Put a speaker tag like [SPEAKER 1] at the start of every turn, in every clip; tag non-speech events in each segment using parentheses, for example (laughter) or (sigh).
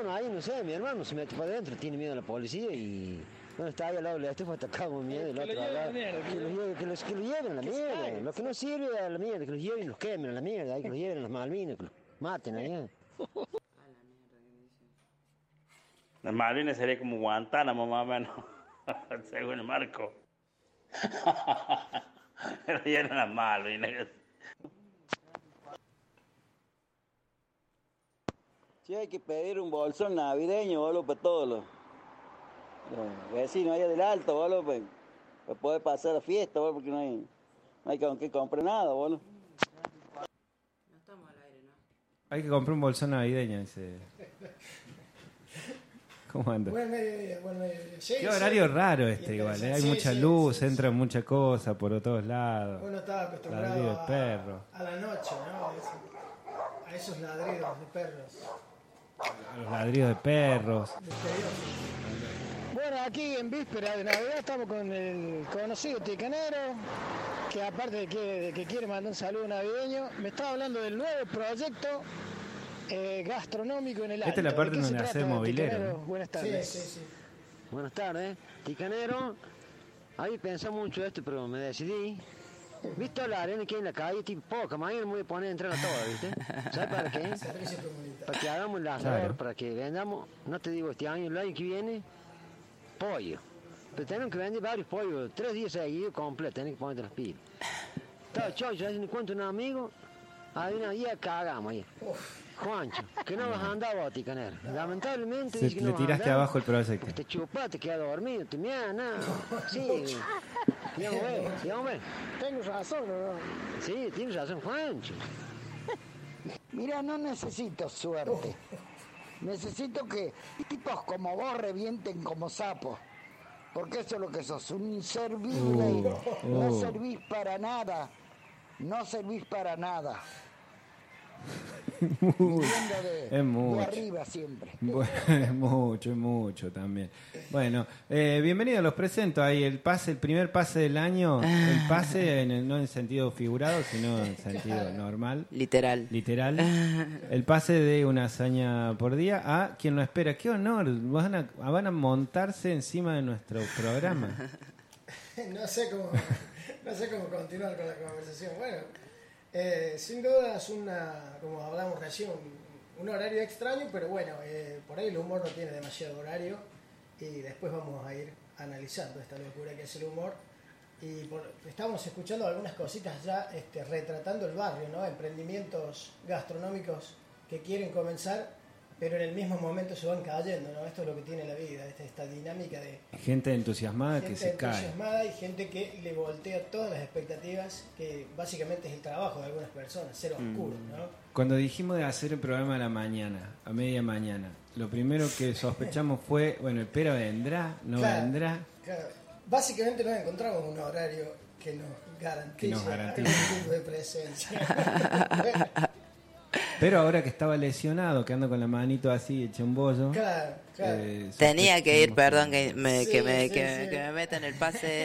[SPEAKER 1] Bueno, ahí no sé, mi hermano se metió para adentro, tiene miedo a la policía y. Bueno, está ahí al lado, este fue atacado con miedo, el
[SPEAKER 2] Eh, Que lo
[SPEAKER 1] otro al
[SPEAKER 2] lleven a
[SPEAKER 1] lado.
[SPEAKER 2] la mierda,
[SPEAKER 1] Que
[SPEAKER 2] que
[SPEAKER 1] los lleven- que los- que los lleven a la
[SPEAKER 2] que se
[SPEAKER 1] mierda.
[SPEAKER 2] vayan.
[SPEAKER 1] Lo que no sirve a la mierda, que los lleven y los quemen a la mierda, ahí que los lleven a las Malvinas, que los maten allá.
[SPEAKER 3] Las Malvinas sería como Guantánamo, más o menos, (laughs) según el marco. Pero ya eran las Malvinas.
[SPEAKER 4] Sí, hay que pedir un bolsón navideño, boludo, para todos los, los vecinos allá del alto, boludo, para, para poder pasar la fiesta, boludo, porque no hay, no hay con qué comprar nada, boludo.
[SPEAKER 5] Hay que comprar un bolsón navideño. Dice. ¿Cómo anda?
[SPEAKER 6] Buen mediodía, buen mediodía. Sí,
[SPEAKER 5] Qué
[SPEAKER 6] sí.
[SPEAKER 5] horario raro este igual.
[SPEAKER 6] Interesante.
[SPEAKER 5] ¿eh? Hay
[SPEAKER 6] Sí,
[SPEAKER 5] mucha
[SPEAKER 6] sí,
[SPEAKER 5] luz,
[SPEAKER 6] sí,
[SPEAKER 5] entra mucha cosa por todos
[SPEAKER 6] sí.
[SPEAKER 5] lados.
[SPEAKER 6] Uno estaba
[SPEAKER 5] Ladrido
[SPEAKER 6] acostumbrado
[SPEAKER 5] de
[SPEAKER 6] a,
[SPEAKER 5] perro.
[SPEAKER 6] a la noche, ¿no? A eso- A esos ladridos de perros.
[SPEAKER 5] Los ladridos de perros.
[SPEAKER 7] Bueno, aquí en víspera de Navidad estamos con el conocido Ticanero, que aparte de que, de que quiere mandar un saludo navideño, me estaba hablando del nuevo proyecto eh, gastronómico en el
[SPEAKER 5] Esta es la
[SPEAKER 7] Alto.
[SPEAKER 5] parte
[SPEAKER 7] ¿De qué
[SPEAKER 5] donde
[SPEAKER 7] se trata,
[SPEAKER 5] nace el mobilero,
[SPEAKER 7] Ticanero?
[SPEAKER 5] ¿no?
[SPEAKER 7] Buenas
[SPEAKER 6] Sí,
[SPEAKER 7] tardes.
[SPEAKER 6] sí, sí.
[SPEAKER 1] Buenas tardes, Ticanero. Ahí pensé mucho esto, pero me decidí. ¿Viste la arena que hay en la calle? Tipo poca, mañana me voy a poner a entrar a todo, ¿viste? ¿Sabes para qué?
[SPEAKER 6] Servicio comunitario.
[SPEAKER 1] Para que hagamos el asador,
[SPEAKER 5] Claro.
[SPEAKER 1] para que vendamos, no te digo este año, el año que viene, pollo. Pero tenemos que vender varios pollos, tres días seguidos completos, tenés que ponerte las pilas. Estaba chocho, haciendo cuento un amigo, ahí una día cagamos ahí. Juancho, que no vas a andar vos, Ticanero. Lamentablemente
[SPEAKER 5] Se-
[SPEAKER 1] dice que no
[SPEAKER 5] le
[SPEAKER 1] vas a
[SPEAKER 5] tiraste
[SPEAKER 1] andar.
[SPEAKER 5] abajo el proyecto.
[SPEAKER 1] Pues Te chupaste, te quedas dormido, te miras, nada. Sí,
[SPEAKER 8] (laughs)
[SPEAKER 1] ya hombre, ya hombre.
[SPEAKER 7] Tengo razón, ¿no?
[SPEAKER 1] Sí, tienes razón, Juancho.
[SPEAKER 8] Mira, no necesito suerte. Necesito que tipos como vos revienten como sapos. Porque eso es lo que sos, un inservible.
[SPEAKER 5] Uh,
[SPEAKER 8] No
[SPEAKER 5] uh.
[SPEAKER 8] servís para nada. No servís para nada. Viendo de,
[SPEAKER 5] es mucho.
[SPEAKER 8] de arriba siempre.
[SPEAKER 5] Bueno, (laughs) es mucho, es mucho también. Bueno, eh, bienvenidos, los presento. Ahí el pase, el primer pase del año.
[SPEAKER 6] Ah.
[SPEAKER 5] El pase, en el- no en sentido figurado, sino
[SPEAKER 6] (laughs)
[SPEAKER 5] en sentido normal,
[SPEAKER 9] Literal.
[SPEAKER 5] literal.
[SPEAKER 6] Ah.
[SPEAKER 5] El pase de una hazaña por día a quien lo espera. ¡Qué honor! Van a, van a montarse encima de nuestro
[SPEAKER 6] (laughs)
[SPEAKER 5] programa.
[SPEAKER 6] No sé cómo, (laughs) no sé cómo continuar con la conversación. Bueno, eh, sin duda es una, como hablamos recién, un, un horario extraño, pero bueno, eh, por ahí el humor no tiene demasiado horario y después vamos a ir analizando esta locura que es el humor. Y por- estamos escuchando algunas cositas ya este, retratando el barrio, ¿no? Emprendimientos gastronómicos que quieren comenzar, pero en el mismo momento se van cayendo, ¿no? Esto es lo que tiene la vida, esta, esta dinámica de
[SPEAKER 5] Gente entusiasmada que
[SPEAKER 6] gente
[SPEAKER 5] se cae.
[SPEAKER 6] entusiasmada y gente que le voltea todas las expectativas, que básicamente es el trabajo de algunas personas, ser
[SPEAKER 5] Mm.
[SPEAKER 6] oscuro, ¿no?
[SPEAKER 5] Cuando dijimos de hacer el programa a la mañana, a media mañana, lo primero que sospechamos fue, bueno, el pera vendrá, no
[SPEAKER 6] Claro.
[SPEAKER 5] vendrá.
[SPEAKER 6] Claro, básicamente nos encontramos un horario que nos garantice,
[SPEAKER 5] Que nos garantice.
[SPEAKER 6] algún tipo de presencia.
[SPEAKER 5] Pero ahora que estaba lesionado, que ando con la manito así, hecho un bollo.
[SPEAKER 6] (laughs) claro, claro.
[SPEAKER 5] eh,
[SPEAKER 9] Tenía que ir,
[SPEAKER 5] sospechamos
[SPEAKER 9] perdón que me,
[SPEAKER 6] Sí,
[SPEAKER 9] que me,
[SPEAKER 6] sí,
[SPEAKER 9] que,
[SPEAKER 6] sí.
[SPEAKER 9] que me meta en el pase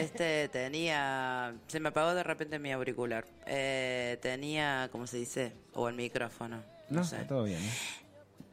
[SPEAKER 6] (laughs)
[SPEAKER 9] este. Tenía. Se me apagó de repente mi auricular. Eh, tenía, ¿cómo se dice? O el micrófono. No,
[SPEAKER 5] No,
[SPEAKER 9] sé.
[SPEAKER 5] todo bien. ¿eh?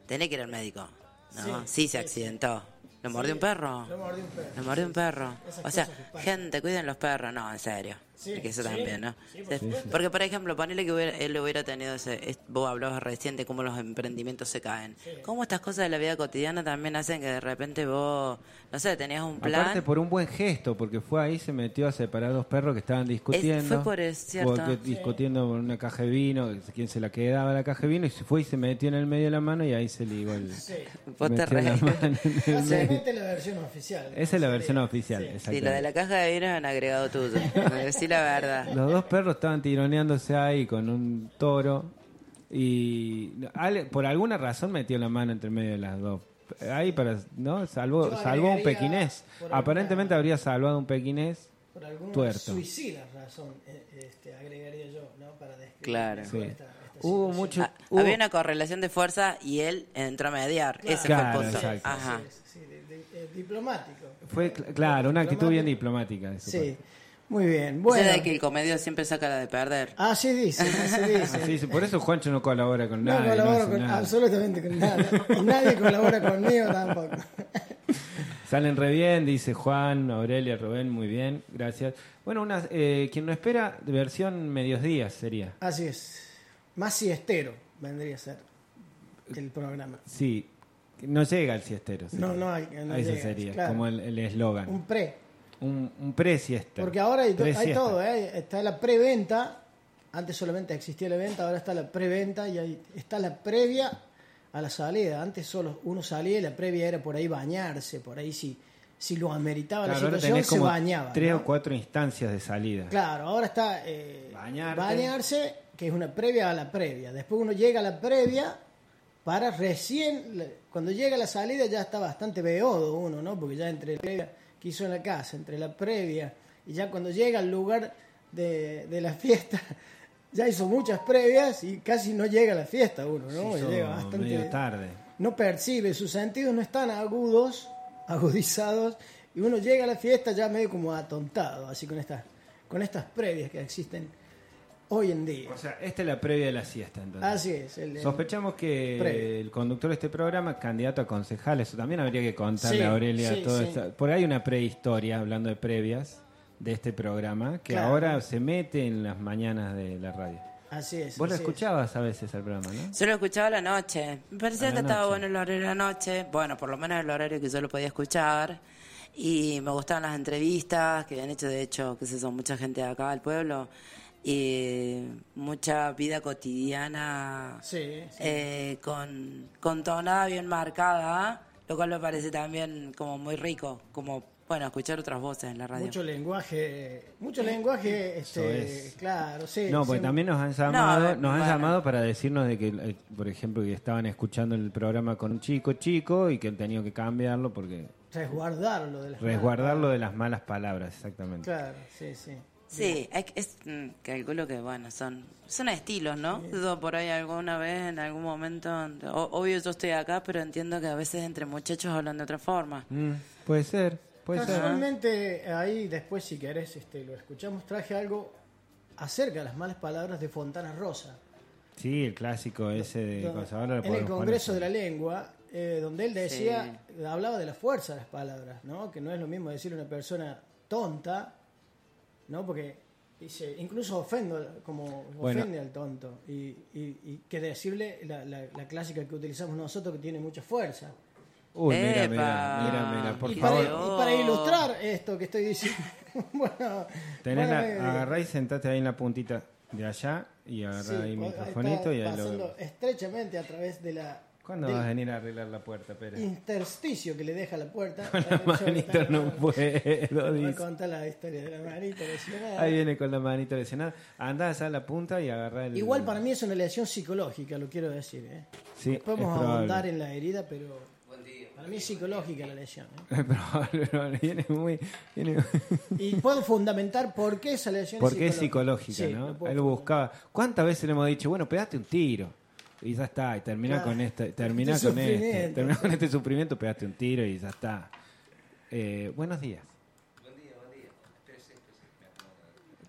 [SPEAKER 9] Tenía que ir al médico. No,
[SPEAKER 6] Sí,
[SPEAKER 9] sí, se accidentó. ¿Lo mordió
[SPEAKER 6] Sí,
[SPEAKER 9] un perro?
[SPEAKER 6] Lo mordió un perro.
[SPEAKER 9] Lo mordió un perro.
[SPEAKER 6] Esas
[SPEAKER 9] O sea,
[SPEAKER 6] cosas que pasan.
[SPEAKER 9] gente, cuiden los perros. No, en serio.
[SPEAKER 6] Sí,
[SPEAKER 9] Porque eso
[SPEAKER 6] sí.
[SPEAKER 9] también, ¿no?
[SPEAKER 6] Sí, por
[SPEAKER 9] Sí.
[SPEAKER 6] supuesto.
[SPEAKER 9] Porque, por ejemplo, ponele que hubiera- él hubiera tenido ese... es- Vos hablabas recién de cómo los emprendimientos se caen. Cómo estas cosas de la vida cotidiana también hacen que de repente vos... No sé, tenías un plan...
[SPEAKER 5] Aparte por un buen gesto, porque fue ahí, se metió a separar dos perros que estaban discutiendo.
[SPEAKER 9] fue por eso, cierto.
[SPEAKER 5] Porque
[SPEAKER 9] Sí.
[SPEAKER 5] discutiendo por una caja de vino, quién se la quedaba la caja de vino, y se fue y se metió en el medio de la mano y ahí se ligó el... (laughs)
[SPEAKER 6] Sí.
[SPEAKER 9] Vos
[SPEAKER 5] metió
[SPEAKER 9] te
[SPEAKER 5] la
[SPEAKER 9] reís. (laughs)
[SPEAKER 5] mano en el medio.
[SPEAKER 6] Básicamente la versión oficial.
[SPEAKER 5] Esa es la versión oficial,
[SPEAKER 9] Y lo de
[SPEAKER 5] exactamente.
[SPEAKER 9] la caja de vino es un agregado tuyo. (laughs) Sí,
[SPEAKER 5] (laughs)
[SPEAKER 9] la verdad.
[SPEAKER 5] Los dos perros estaban tironeándose ahí con un toro y Ale, por alguna razón metió la mano entre medio de las dos. Ahí para, ¿no? Salvó,
[SPEAKER 6] Yo
[SPEAKER 5] salvó un
[SPEAKER 6] agregaría
[SPEAKER 5] pequinés.
[SPEAKER 6] por alguna-
[SPEAKER 5] Aparentemente habría salvado un pequinés.
[SPEAKER 6] Por alguna
[SPEAKER 5] Tuerto.
[SPEAKER 6] suicida razón, eh, este, agregaría yo, ¿no? Para describir
[SPEAKER 9] Claro.
[SPEAKER 5] Sí.
[SPEAKER 6] esta- esta
[SPEAKER 5] Hubo
[SPEAKER 6] situación.
[SPEAKER 5] mucho...
[SPEAKER 9] Ah,
[SPEAKER 5] hubo-
[SPEAKER 9] Había una correlación de fuerza y él entró a mediar. Ese
[SPEAKER 5] Claro,
[SPEAKER 9] fue el punto.
[SPEAKER 5] exacto.
[SPEAKER 9] Ajá.
[SPEAKER 6] Sí, sí, de- de- eh, diplomático.
[SPEAKER 5] Fue, cl- claro, una actitud bien diplomática. de su
[SPEAKER 6] Sí.
[SPEAKER 5] parte.
[SPEAKER 6] Muy bien,
[SPEAKER 9] Bueno.
[SPEAKER 6] bueno.
[SPEAKER 9] de que el comedio siempre saca la de perder.
[SPEAKER 5] Ah.
[SPEAKER 6] Así Ah, dice, así
[SPEAKER 5] (laughs)
[SPEAKER 6] dice.
[SPEAKER 5] Así dice, Ah, por eso Juancho no colabora con
[SPEAKER 6] No
[SPEAKER 5] nadie. no
[SPEAKER 6] colaboro
[SPEAKER 5] hace
[SPEAKER 6] con,
[SPEAKER 5] nada.
[SPEAKER 6] absolutamente con nada.
[SPEAKER 5] (laughs)
[SPEAKER 6] Y nadie colabora conmigo tampoco.
[SPEAKER 5] Salen re bien, dice Juan, Aurelia, Rubén, muy bien, gracias. Bueno, una, eh, quien no espera, versión mediodía sería.
[SPEAKER 6] Así es. Más siestero vendría a ser el programa.
[SPEAKER 5] Sí, no llega al siestero. sería.
[SPEAKER 6] No, no hay- no
[SPEAKER 5] Eso
[SPEAKER 6] llega,
[SPEAKER 5] sería,
[SPEAKER 6] claro.
[SPEAKER 5] como el- el eslogan.
[SPEAKER 6] Un
[SPEAKER 5] Un,
[SPEAKER 6] pre.
[SPEAKER 5] un, pre-siesta.
[SPEAKER 6] Porque ahora hay, to- hay
[SPEAKER 5] Pre-siesta.
[SPEAKER 6] todo, ¿eh? Está la preventa. Antes solamente existía la venta, ahora está la preventa y ahí está la previa a la salida. Antes solo uno salía y la previa era por ahí bañarse, por ahí si, si lo ameritaba
[SPEAKER 5] Claro,
[SPEAKER 6] la
[SPEAKER 5] ahora
[SPEAKER 6] situación
[SPEAKER 5] tenés
[SPEAKER 6] se
[SPEAKER 5] como
[SPEAKER 6] bañaba.
[SPEAKER 5] tres
[SPEAKER 6] ¿no?
[SPEAKER 5] o cuatro instancias de salida.
[SPEAKER 6] Claro, ahora está eh,
[SPEAKER 5] Bañarte.
[SPEAKER 6] bañarse, que es una previa a la previa. Después uno llega a la previa para recién, la- cuando llega a la salida ya está bastante beodo uno, ¿no? Porque ya entre la previa que hizo en la casa, entre la previa y ya cuando llega al lugar de, de la fiesta, (laughs) ya hizo muchas previas y casi no llega a la fiesta uno, ¿no?
[SPEAKER 5] Eso
[SPEAKER 6] llega bastante
[SPEAKER 5] medio tarde.
[SPEAKER 6] no percibe, sus sentidos no están agudos, agudizados, y uno llega a la fiesta ya medio como atontado, así con estas, con estas previas que existen hoy en día.
[SPEAKER 5] O sea, esta es la previa de la siesta, entonces.
[SPEAKER 6] Así es. el- el-
[SPEAKER 5] Sospechamos que
[SPEAKER 6] Previa.
[SPEAKER 5] el conductor de este programa, candidato a concejal, eso también habría que contarle
[SPEAKER 6] Sí,
[SPEAKER 5] a Aurelia.
[SPEAKER 6] sí,
[SPEAKER 5] todo
[SPEAKER 6] sí.
[SPEAKER 5] esto. Por ahí hay una prehistoria, hablando de previas, de este programa, que
[SPEAKER 6] Claro.
[SPEAKER 5] ahora se mete en las mañanas de la radio.
[SPEAKER 6] Así es.
[SPEAKER 5] Vos lo
[SPEAKER 6] así es.
[SPEAKER 5] escuchabas a veces al programa, ¿no?
[SPEAKER 9] Yo lo escuchaba a la noche. Me parecía
[SPEAKER 5] A la
[SPEAKER 9] que estaba
[SPEAKER 5] noche.
[SPEAKER 9] bueno el horario de la noche. Bueno, por lo menos el horario que yo lo podía escuchar. Y me gustaban las entrevistas que habían hecho, de hecho, qué sé yo, mucha gente de acá del pueblo. Y mucha vida cotidiana
[SPEAKER 6] Sí, sí.
[SPEAKER 9] eh, con, con tonada bien marcada, lo cual me parece también como muy rico, como, bueno, escuchar otras voces en la radio.
[SPEAKER 6] Mucho lenguaje, mucho lenguaje, este,
[SPEAKER 5] es.
[SPEAKER 6] claro, sí.
[SPEAKER 5] No, porque
[SPEAKER 6] sí.
[SPEAKER 5] también nos han llamado,
[SPEAKER 9] No,
[SPEAKER 5] nos han
[SPEAKER 9] bueno.
[SPEAKER 5] llamado para decirnos de que, eh, por ejemplo, que estaban escuchando el programa con un chico chico y que han tenido que cambiarlo porque
[SPEAKER 6] Resguardarlo de las
[SPEAKER 5] resguardarlo de las malas palabras, exactamente.
[SPEAKER 6] Claro, sí, sí.
[SPEAKER 9] Sí, es, es- mm, calculo que bueno, son son estilos, ¿no? Yo por ahí alguna vez, en algún momento, o- obvio yo estoy acá, pero entiendo que a veces entre muchachos hablan de otra forma.
[SPEAKER 5] Mm, puede ser, puede ser.
[SPEAKER 6] Casualmente, ahí después, si querés, este, lo escuchamos, traje algo acerca de las malas palabras de Fontana Rosa.
[SPEAKER 5] Sí, el clásico ese de
[SPEAKER 6] Donde-
[SPEAKER 5] cosa, ahora lo
[SPEAKER 6] en el
[SPEAKER 5] podemos
[SPEAKER 6] Congreso de
[SPEAKER 5] poner.
[SPEAKER 6] la Lengua, eh, donde él decía, hablaba de la fuerza de las palabras, ¿no? Que no es lo mismo decirle a una persona tonta, ¿no? Porque dice, incluso ofendo, al- como
[SPEAKER 5] Bueno.
[SPEAKER 6] ofende al tonto. Y, y- y que decirle la, la- la clásica que utilizamos nosotros, que tiene mucha fuerza.
[SPEAKER 5] Uy, mira, mira,
[SPEAKER 9] Epa.
[SPEAKER 5] mira, mira, por
[SPEAKER 6] y, para,
[SPEAKER 5] favor. Oh.
[SPEAKER 6] y para ilustrar esto que estoy diciendo, (laughs) bueno,
[SPEAKER 5] Tenés
[SPEAKER 6] bueno,
[SPEAKER 5] la-
[SPEAKER 6] eh,
[SPEAKER 5] agarrá y sentate ahí en la puntita de allá y agarrá
[SPEAKER 6] sí,
[SPEAKER 5] ahí el
[SPEAKER 6] está
[SPEAKER 5] microfonito y ahí lo
[SPEAKER 6] pasando
[SPEAKER 5] vemos.
[SPEAKER 6] estrechamente a través de la
[SPEAKER 5] ¿Cuándo
[SPEAKER 6] del
[SPEAKER 5] vas a venir a arreglar la puerta, Pérez?
[SPEAKER 6] intersticio que le deja la puerta.
[SPEAKER 5] Con (laughs) la manito no puedo,
[SPEAKER 6] Me
[SPEAKER 5] dice.
[SPEAKER 6] contar la historia de la manita lesionada.
[SPEAKER 5] Ahí viene con la manito lesionada. Andás a la punta y agarrá el...
[SPEAKER 6] Igual para mí es una lesión psicológica, lo quiero decir. ¿eh?
[SPEAKER 5] Sí,
[SPEAKER 6] Después
[SPEAKER 5] es
[SPEAKER 6] vamos a
[SPEAKER 5] probable.
[SPEAKER 6] ahondar en la herida, pero para mí es psicológica la lesión. ¿eh?
[SPEAKER 5] (laughs) Es probable, probable. Viene muy... Viene...
[SPEAKER 6] Y puedo fundamentar por qué esa lesión
[SPEAKER 5] Porque es
[SPEAKER 6] es psicológica.
[SPEAKER 5] psicológica,
[SPEAKER 6] Sí,
[SPEAKER 5] ¿no?
[SPEAKER 6] lo puedo
[SPEAKER 5] Él buscaba... ¿Cuántas veces le hemos dicho, bueno, pegate un tiro? Y ya está, y termina
[SPEAKER 6] Claro.
[SPEAKER 5] con este, termina
[SPEAKER 6] Este
[SPEAKER 5] con este,
[SPEAKER 6] sufrimiento.
[SPEAKER 5] termina con este sufrimiento, pegate un tiro y ya está. Eh, buenos días.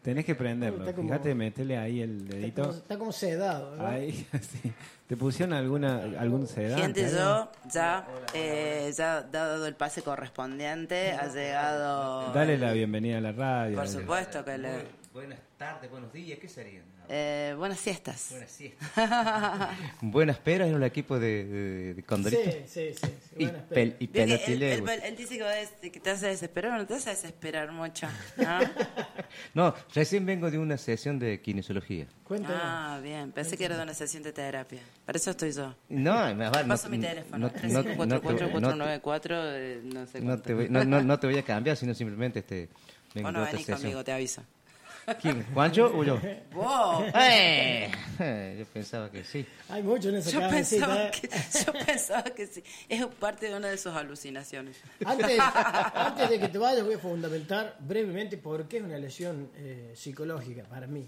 [SPEAKER 5] Tenés que prenderlo.
[SPEAKER 6] Está como-
[SPEAKER 5] Fíjate, metele ahí el
[SPEAKER 6] Está como,
[SPEAKER 5] dedito.
[SPEAKER 6] está como sedado. ¿no?
[SPEAKER 5] Ahí, (laughs) así. ¿Te pusieron alguna, algún sedante?
[SPEAKER 9] Gente,
[SPEAKER 5] algo?
[SPEAKER 9] yo ya, eh, ya dado el pase correspondiente, ha llegado...
[SPEAKER 5] Dale la bienvenida a la radio.
[SPEAKER 9] Por supuesto que le...
[SPEAKER 2] Buenas tardes, buenos días, ¿qué serían? Ah,
[SPEAKER 9] eh, buenas siestas.
[SPEAKER 2] Buenas siestas. (laughs)
[SPEAKER 9] (laughs)
[SPEAKER 2] Buenas peras en el equipo de, de, de
[SPEAKER 6] Sí,
[SPEAKER 2] Condorito.
[SPEAKER 6] sí, sí. sí,
[SPEAKER 2] y
[SPEAKER 6] bueno, espera.
[SPEAKER 2] pel, y
[SPEAKER 9] Vio que él,
[SPEAKER 2] pelotile,
[SPEAKER 9] él-
[SPEAKER 2] güey.
[SPEAKER 9] él dice que, va a des- que te hace desesperar, no te hace desesperar mucho.
[SPEAKER 2] (laughs)
[SPEAKER 9] ¿no?
[SPEAKER 2] No, recién vengo de una sesión de kinesiología.
[SPEAKER 6] Cuéntame.
[SPEAKER 9] ah, bien, pensé que era de una sesión de terapia. Para eso estoy yo.
[SPEAKER 2] No, más vale, Ah, no,
[SPEAKER 9] Paso mi
[SPEAKER 2] no-
[SPEAKER 9] teléfono,
[SPEAKER 2] no- no- no te- no te-
[SPEAKER 9] 3544-494, eh, no sé
[SPEAKER 2] no
[SPEAKER 9] cuánto.
[SPEAKER 2] te voy- no- no- no te voy a cambiar, sino simplemente este, vengo
[SPEAKER 9] Vos no
[SPEAKER 2] de otra
[SPEAKER 9] venís conmigo,
[SPEAKER 2] sesión.
[SPEAKER 9] te aviso.
[SPEAKER 2] (laughs) ¿Quién? ¿Juancho
[SPEAKER 9] (laughs)
[SPEAKER 2] o yo?
[SPEAKER 9] Vos,
[SPEAKER 2] ¡Eh! Yo pensaba que sí.
[SPEAKER 6] Hay mucho en esa
[SPEAKER 9] yo
[SPEAKER 6] cabecita,
[SPEAKER 9] pensaba,
[SPEAKER 6] ¿eh?
[SPEAKER 9] que, yo (laughs) pensaba que sí. Es parte de una de sus alucinaciones.
[SPEAKER 5] (laughs)
[SPEAKER 6] Antes, antes de que te vayas, voy a fundamentar brevemente por qué es una lesión eh, psicológica para mí.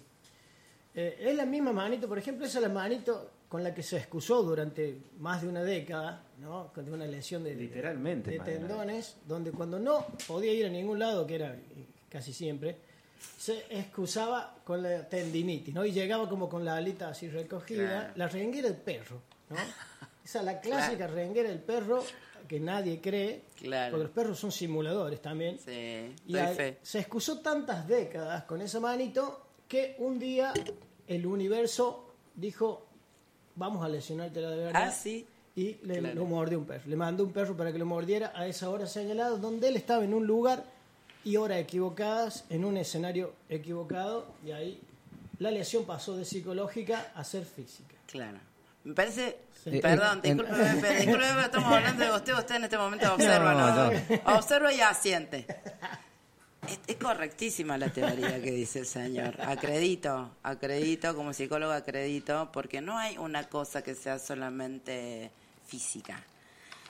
[SPEAKER 6] Eh, es la misma manito, por ejemplo, esa es la manito con la que se excusó durante más de una década, ¿no? Con una lesión de,
[SPEAKER 5] Literalmente,
[SPEAKER 6] de
[SPEAKER 5] más de una
[SPEAKER 6] tendones, donde cuando no podía ir a ningún lado, que era eh, casi siempre, se excusaba con la tendinitis, ¿no? Y llegaba como con la alita así recogida,
[SPEAKER 9] Claro.
[SPEAKER 6] la renguera del perro, ¿no? Esa es la clásica renguera del perro que nadie cree,
[SPEAKER 9] Claro.
[SPEAKER 6] porque los perros son simuladores también.
[SPEAKER 9] Sí,
[SPEAKER 6] Y
[SPEAKER 9] doy
[SPEAKER 6] a-
[SPEAKER 9] fe.
[SPEAKER 6] se excusó tantas décadas con esa manito que un día el universo dijo, vamos a lesionarte la de verdad.
[SPEAKER 9] Ah, sí.
[SPEAKER 6] Y le
[SPEAKER 9] Claro.
[SPEAKER 6] lo mordió un perro. Le mandó un perro para que lo mordiera a esa hora señalada, donde él estaba en un lugar y hora equivocadas, en un escenario equivocado, y ahí la lesión pasó de psicológica a ser física.
[SPEAKER 9] Claro. Me parece.
[SPEAKER 2] Sí.
[SPEAKER 9] Perdón,
[SPEAKER 2] Eh, eh,
[SPEAKER 9] discúlpeme,
[SPEAKER 2] en- (laughs)
[SPEAKER 9] pero discúlpeme, pero estamos hablando de usted. Usted en este momento observa,
[SPEAKER 2] No,
[SPEAKER 9] ¿no? Observa y asiente. Es, es correctísima la teoría que dice el señor. Acredito, acredito, como psicólogo acredito, porque no hay una cosa que sea solamente física.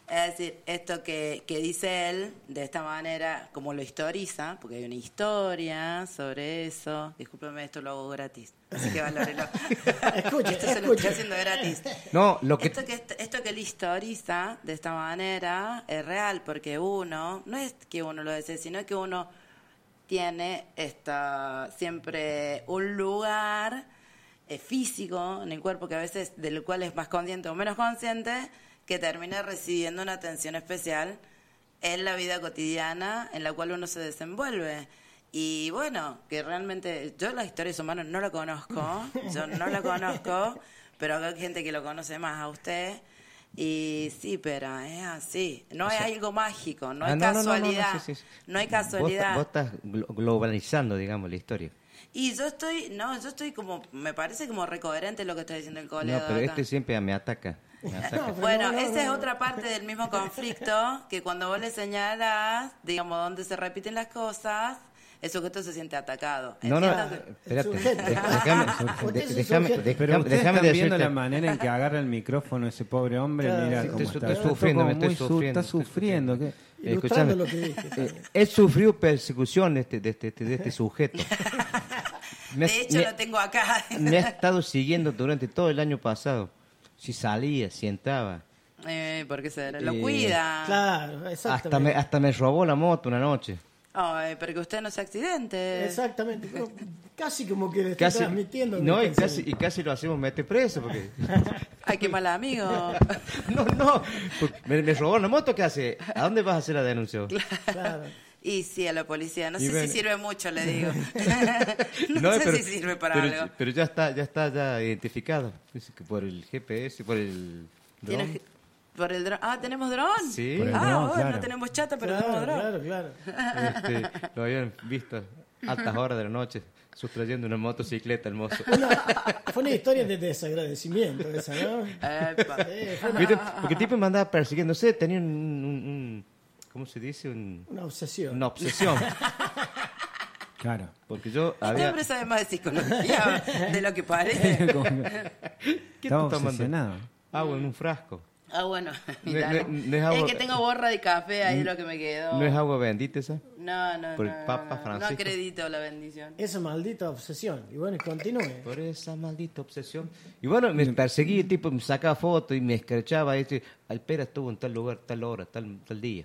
[SPEAKER 9] Es decir, esto que, que dice él, de esta manera, como lo historiza, porque hay una historia sobre eso. Discúlpeme, esto lo hago gratis. Así que valórelo.
[SPEAKER 6] (laughs)
[SPEAKER 9] (laughs)
[SPEAKER 6] Escuche,
[SPEAKER 9] esto se lo
[SPEAKER 6] escuche.
[SPEAKER 9] estoy haciendo gratis.
[SPEAKER 2] No, lo que...
[SPEAKER 9] Esto que, esto que él historiza de esta manera es real, porque uno, no es que uno lo desee, sino que uno tiene esta, siempre un lugar eh, físico en el cuerpo que a veces del cual es más consciente o menos consciente, que termina recibiendo una atención especial en la vida cotidiana en la cual uno se desenvuelve. Y bueno, que realmente yo la historia de su mano no la
[SPEAKER 2] (laughs)
[SPEAKER 9] conozco, yo no la conozco, pero acá hay gente que lo conoce más a usted. Y sí, pero es así. No hay algo mágico, no
[SPEAKER 2] Ah,
[SPEAKER 9] hay casualidad. No,
[SPEAKER 2] sí, sí, sí.
[SPEAKER 9] hay
[SPEAKER 2] Vos ta-
[SPEAKER 9] casualidad.
[SPEAKER 2] Vos, estás glo- globalizando, digamos, la historia.
[SPEAKER 9] Y yo estoy, no, yo estoy como, me parece como recoherente lo que está diciendo el
[SPEAKER 2] No,
[SPEAKER 9] colega.
[SPEAKER 2] pero
[SPEAKER 9] acá.
[SPEAKER 2] este siempre me ataca.
[SPEAKER 9] (laughs)
[SPEAKER 2] Me ataca.
[SPEAKER 9] Bueno, esa es otra parte del mismo conflicto, que cuando vos le señalás, digamos, donde se repiten las cosas, el sujeto se siente atacado.
[SPEAKER 2] No, no,
[SPEAKER 9] Entiendo que-
[SPEAKER 2] espérate.
[SPEAKER 6] Sujeto. (laughs)
[SPEAKER 2] Déjame,
[SPEAKER 6] Usted es un
[SPEAKER 2] déjame,
[SPEAKER 6] sujeto.
[SPEAKER 2] déjame,
[SPEAKER 5] Pero ustedes
[SPEAKER 2] déjame
[SPEAKER 5] están viendo
[SPEAKER 2] decirte-
[SPEAKER 5] la manera en que agarra el micrófono ese pobre hombre.
[SPEAKER 6] Claro.
[SPEAKER 5] Mira
[SPEAKER 6] Sí,
[SPEAKER 5] cómo
[SPEAKER 2] estoy-
[SPEAKER 5] está.
[SPEAKER 2] estoy sufriendo,
[SPEAKER 5] como
[SPEAKER 2] me estoy
[SPEAKER 5] muy su-
[SPEAKER 2] sufriendo,
[SPEAKER 5] Está
[SPEAKER 2] estoy
[SPEAKER 5] sufriendo. ¿qué?
[SPEAKER 2] Eh,
[SPEAKER 6] Ilustrando
[SPEAKER 2] escuchame,
[SPEAKER 6] lo que dije.
[SPEAKER 2] eh, él sufrió persecución de este, de este, de
[SPEAKER 6] (laughs)
[SPEAKER 2] este sujeto. Me ha-
[SPEAKER 9] de hecho,
[SPEAKER 2] me-
[SPEAKER 9] lo tengo acá.
[SPEAKER 2] me ha estado siguiendo durante todo el año pasado. Si salía, si entraba.
[SPEAKER 9] (laughs) Eh, porque se lo
[SPEAKER 2] Eh,
[SPEAKER 9] cuida.
[SPEAKER 6] Claro, exactamente.
[SPEAKER 2] Hasta me, hasta me robó la moto una noche.
[SPEAKER 9] Ay, porque usted no se accidente.
[SPEAKER 6] Exactamente. Como- Casi como que le estoy
[SPEAKER 2] Casi,
[SPEAKER 6] transmitiendo. mi
[SPEAKER 2] no, y casi,
[SPEAKER 6] pensamiento.
[SPEAKER 2] y casi lo hacemos meter preso. Porque, (laughs)
[SPEAKER 9] Ay, qué mal amigo.
[SPEAKER 2] no, no. porque me, me robó la moto, ¿qué hace? ¿A dónde vas a hacer la denuncia?
[SPEAKER 6] Claro.
[SPEAKER 9] Y sí, a la policía. No
[SPEAKER 2] Y
[SPEAKER 9] sé
[SPEAKER 2] bueno.
[SPEAKER 9] si sirve mucho, le
[SPEAKER 2] (laughs)
[SPEAKER 9] digo. (laughs) no, sé
[SPEAKER 2] pero-
[SPEAKER 9] si sirve para
[SPEAKER 2] pero,
[SPEAKER 9] algo.
[SPEAKER 2] Pero ya está, ya está ya identificado. Es que por el GPS, por el.
[SPEAKER 9] Tiene-
[SPEAKER 2] dron.
[SPEAKER 9] Por el dron. Ah, ¿tenemos dron?
[SPEAKER 2] Sí.
[SPEAKER 5] Por el
[SPEAKER 9] ah,
[SPEAKER 5] dron,
[SPEAKER 9] bueno,
[SPEAKER 5] claro.
[SPEAKER 9] no tenemos chata, (laughs) pero
[SPEAKER 6] claro,
[SPEAKER 9] tenemos dron.
[SPEAKER 6] claro, claro.
[SPEAKER 9] (laughs)
[SPEAKER 2] Este, lo habían visto a altas horas de la noche, sustrayendo una motocicleta al
[SPEAKER 9] (laughs)
[SPEAKER 2] mozo.
[SPEAKER 6] Fue una historia de desagradecimiento esa, ¿no?
[SPEAKER 9] Epa.
[SPEAKER 6] Eh, fue
[SPEAKER 2] ¿Viste? Porque el tipo me andaba persiguiendo. No sé, tenía un, un- un- ¿Cómo se dice? Un-
[SPEAKER 6] una obsesión.
[SPEAKER 2] una obsesión. (laughs)
[SPEAKER 5] Claro. (laughs)
[SPEAKER 2] Porque yo
[SPEAKER 9] Este
[SPEAKER 2] había.
[SPEAKER 9] hombre sabe más de psicología de lo que parece.
[SPEAKER 5] Como que-
[SPEAKER 2] ¿Qué
[SPEAKER 5] Estaba
[SPEAKER 2] estás tomando?
[SPEAKER 5] obsesionado.
[SPEAKER 2] Agua en un frasco.
[SPEAKER 9] (laughs) Ah, (laughs) bueno.
[SPEAKER 2] No-
[SPEAKER 9] dale.
[SPEAKER 2] no- no es algo-
[SPEAKER 9] que tengo borra de café, ahí es lo que me quedó.
[SPEAKER 2] ¿No es agua bendita esa?
[SPEAKER 9] No, no,
[SPEAKER 2] Por
[SPEAKER 9] no,
[SPEAKER 2] el
[SPEAKER 9] no,
[SPEAKER 2] Papa
[SPEAKER 9] no.
[SPEAKER 2] Francisco.
[SPEAKER 9] No acredito la bendición.
[SPEAKER 6] Esa maldita obsesión. Y bueno, continúe.
[SPEAKER 2] Por esa maldita obsesión. Y bueno, me
[SPEAKER 5] Mm.
[SPEAKER 2] perseguí, el tipo me sacaba fotos y me escrachaba. Y decía, Alpera estuvo en tal lugar, tal hora, tal, tal día.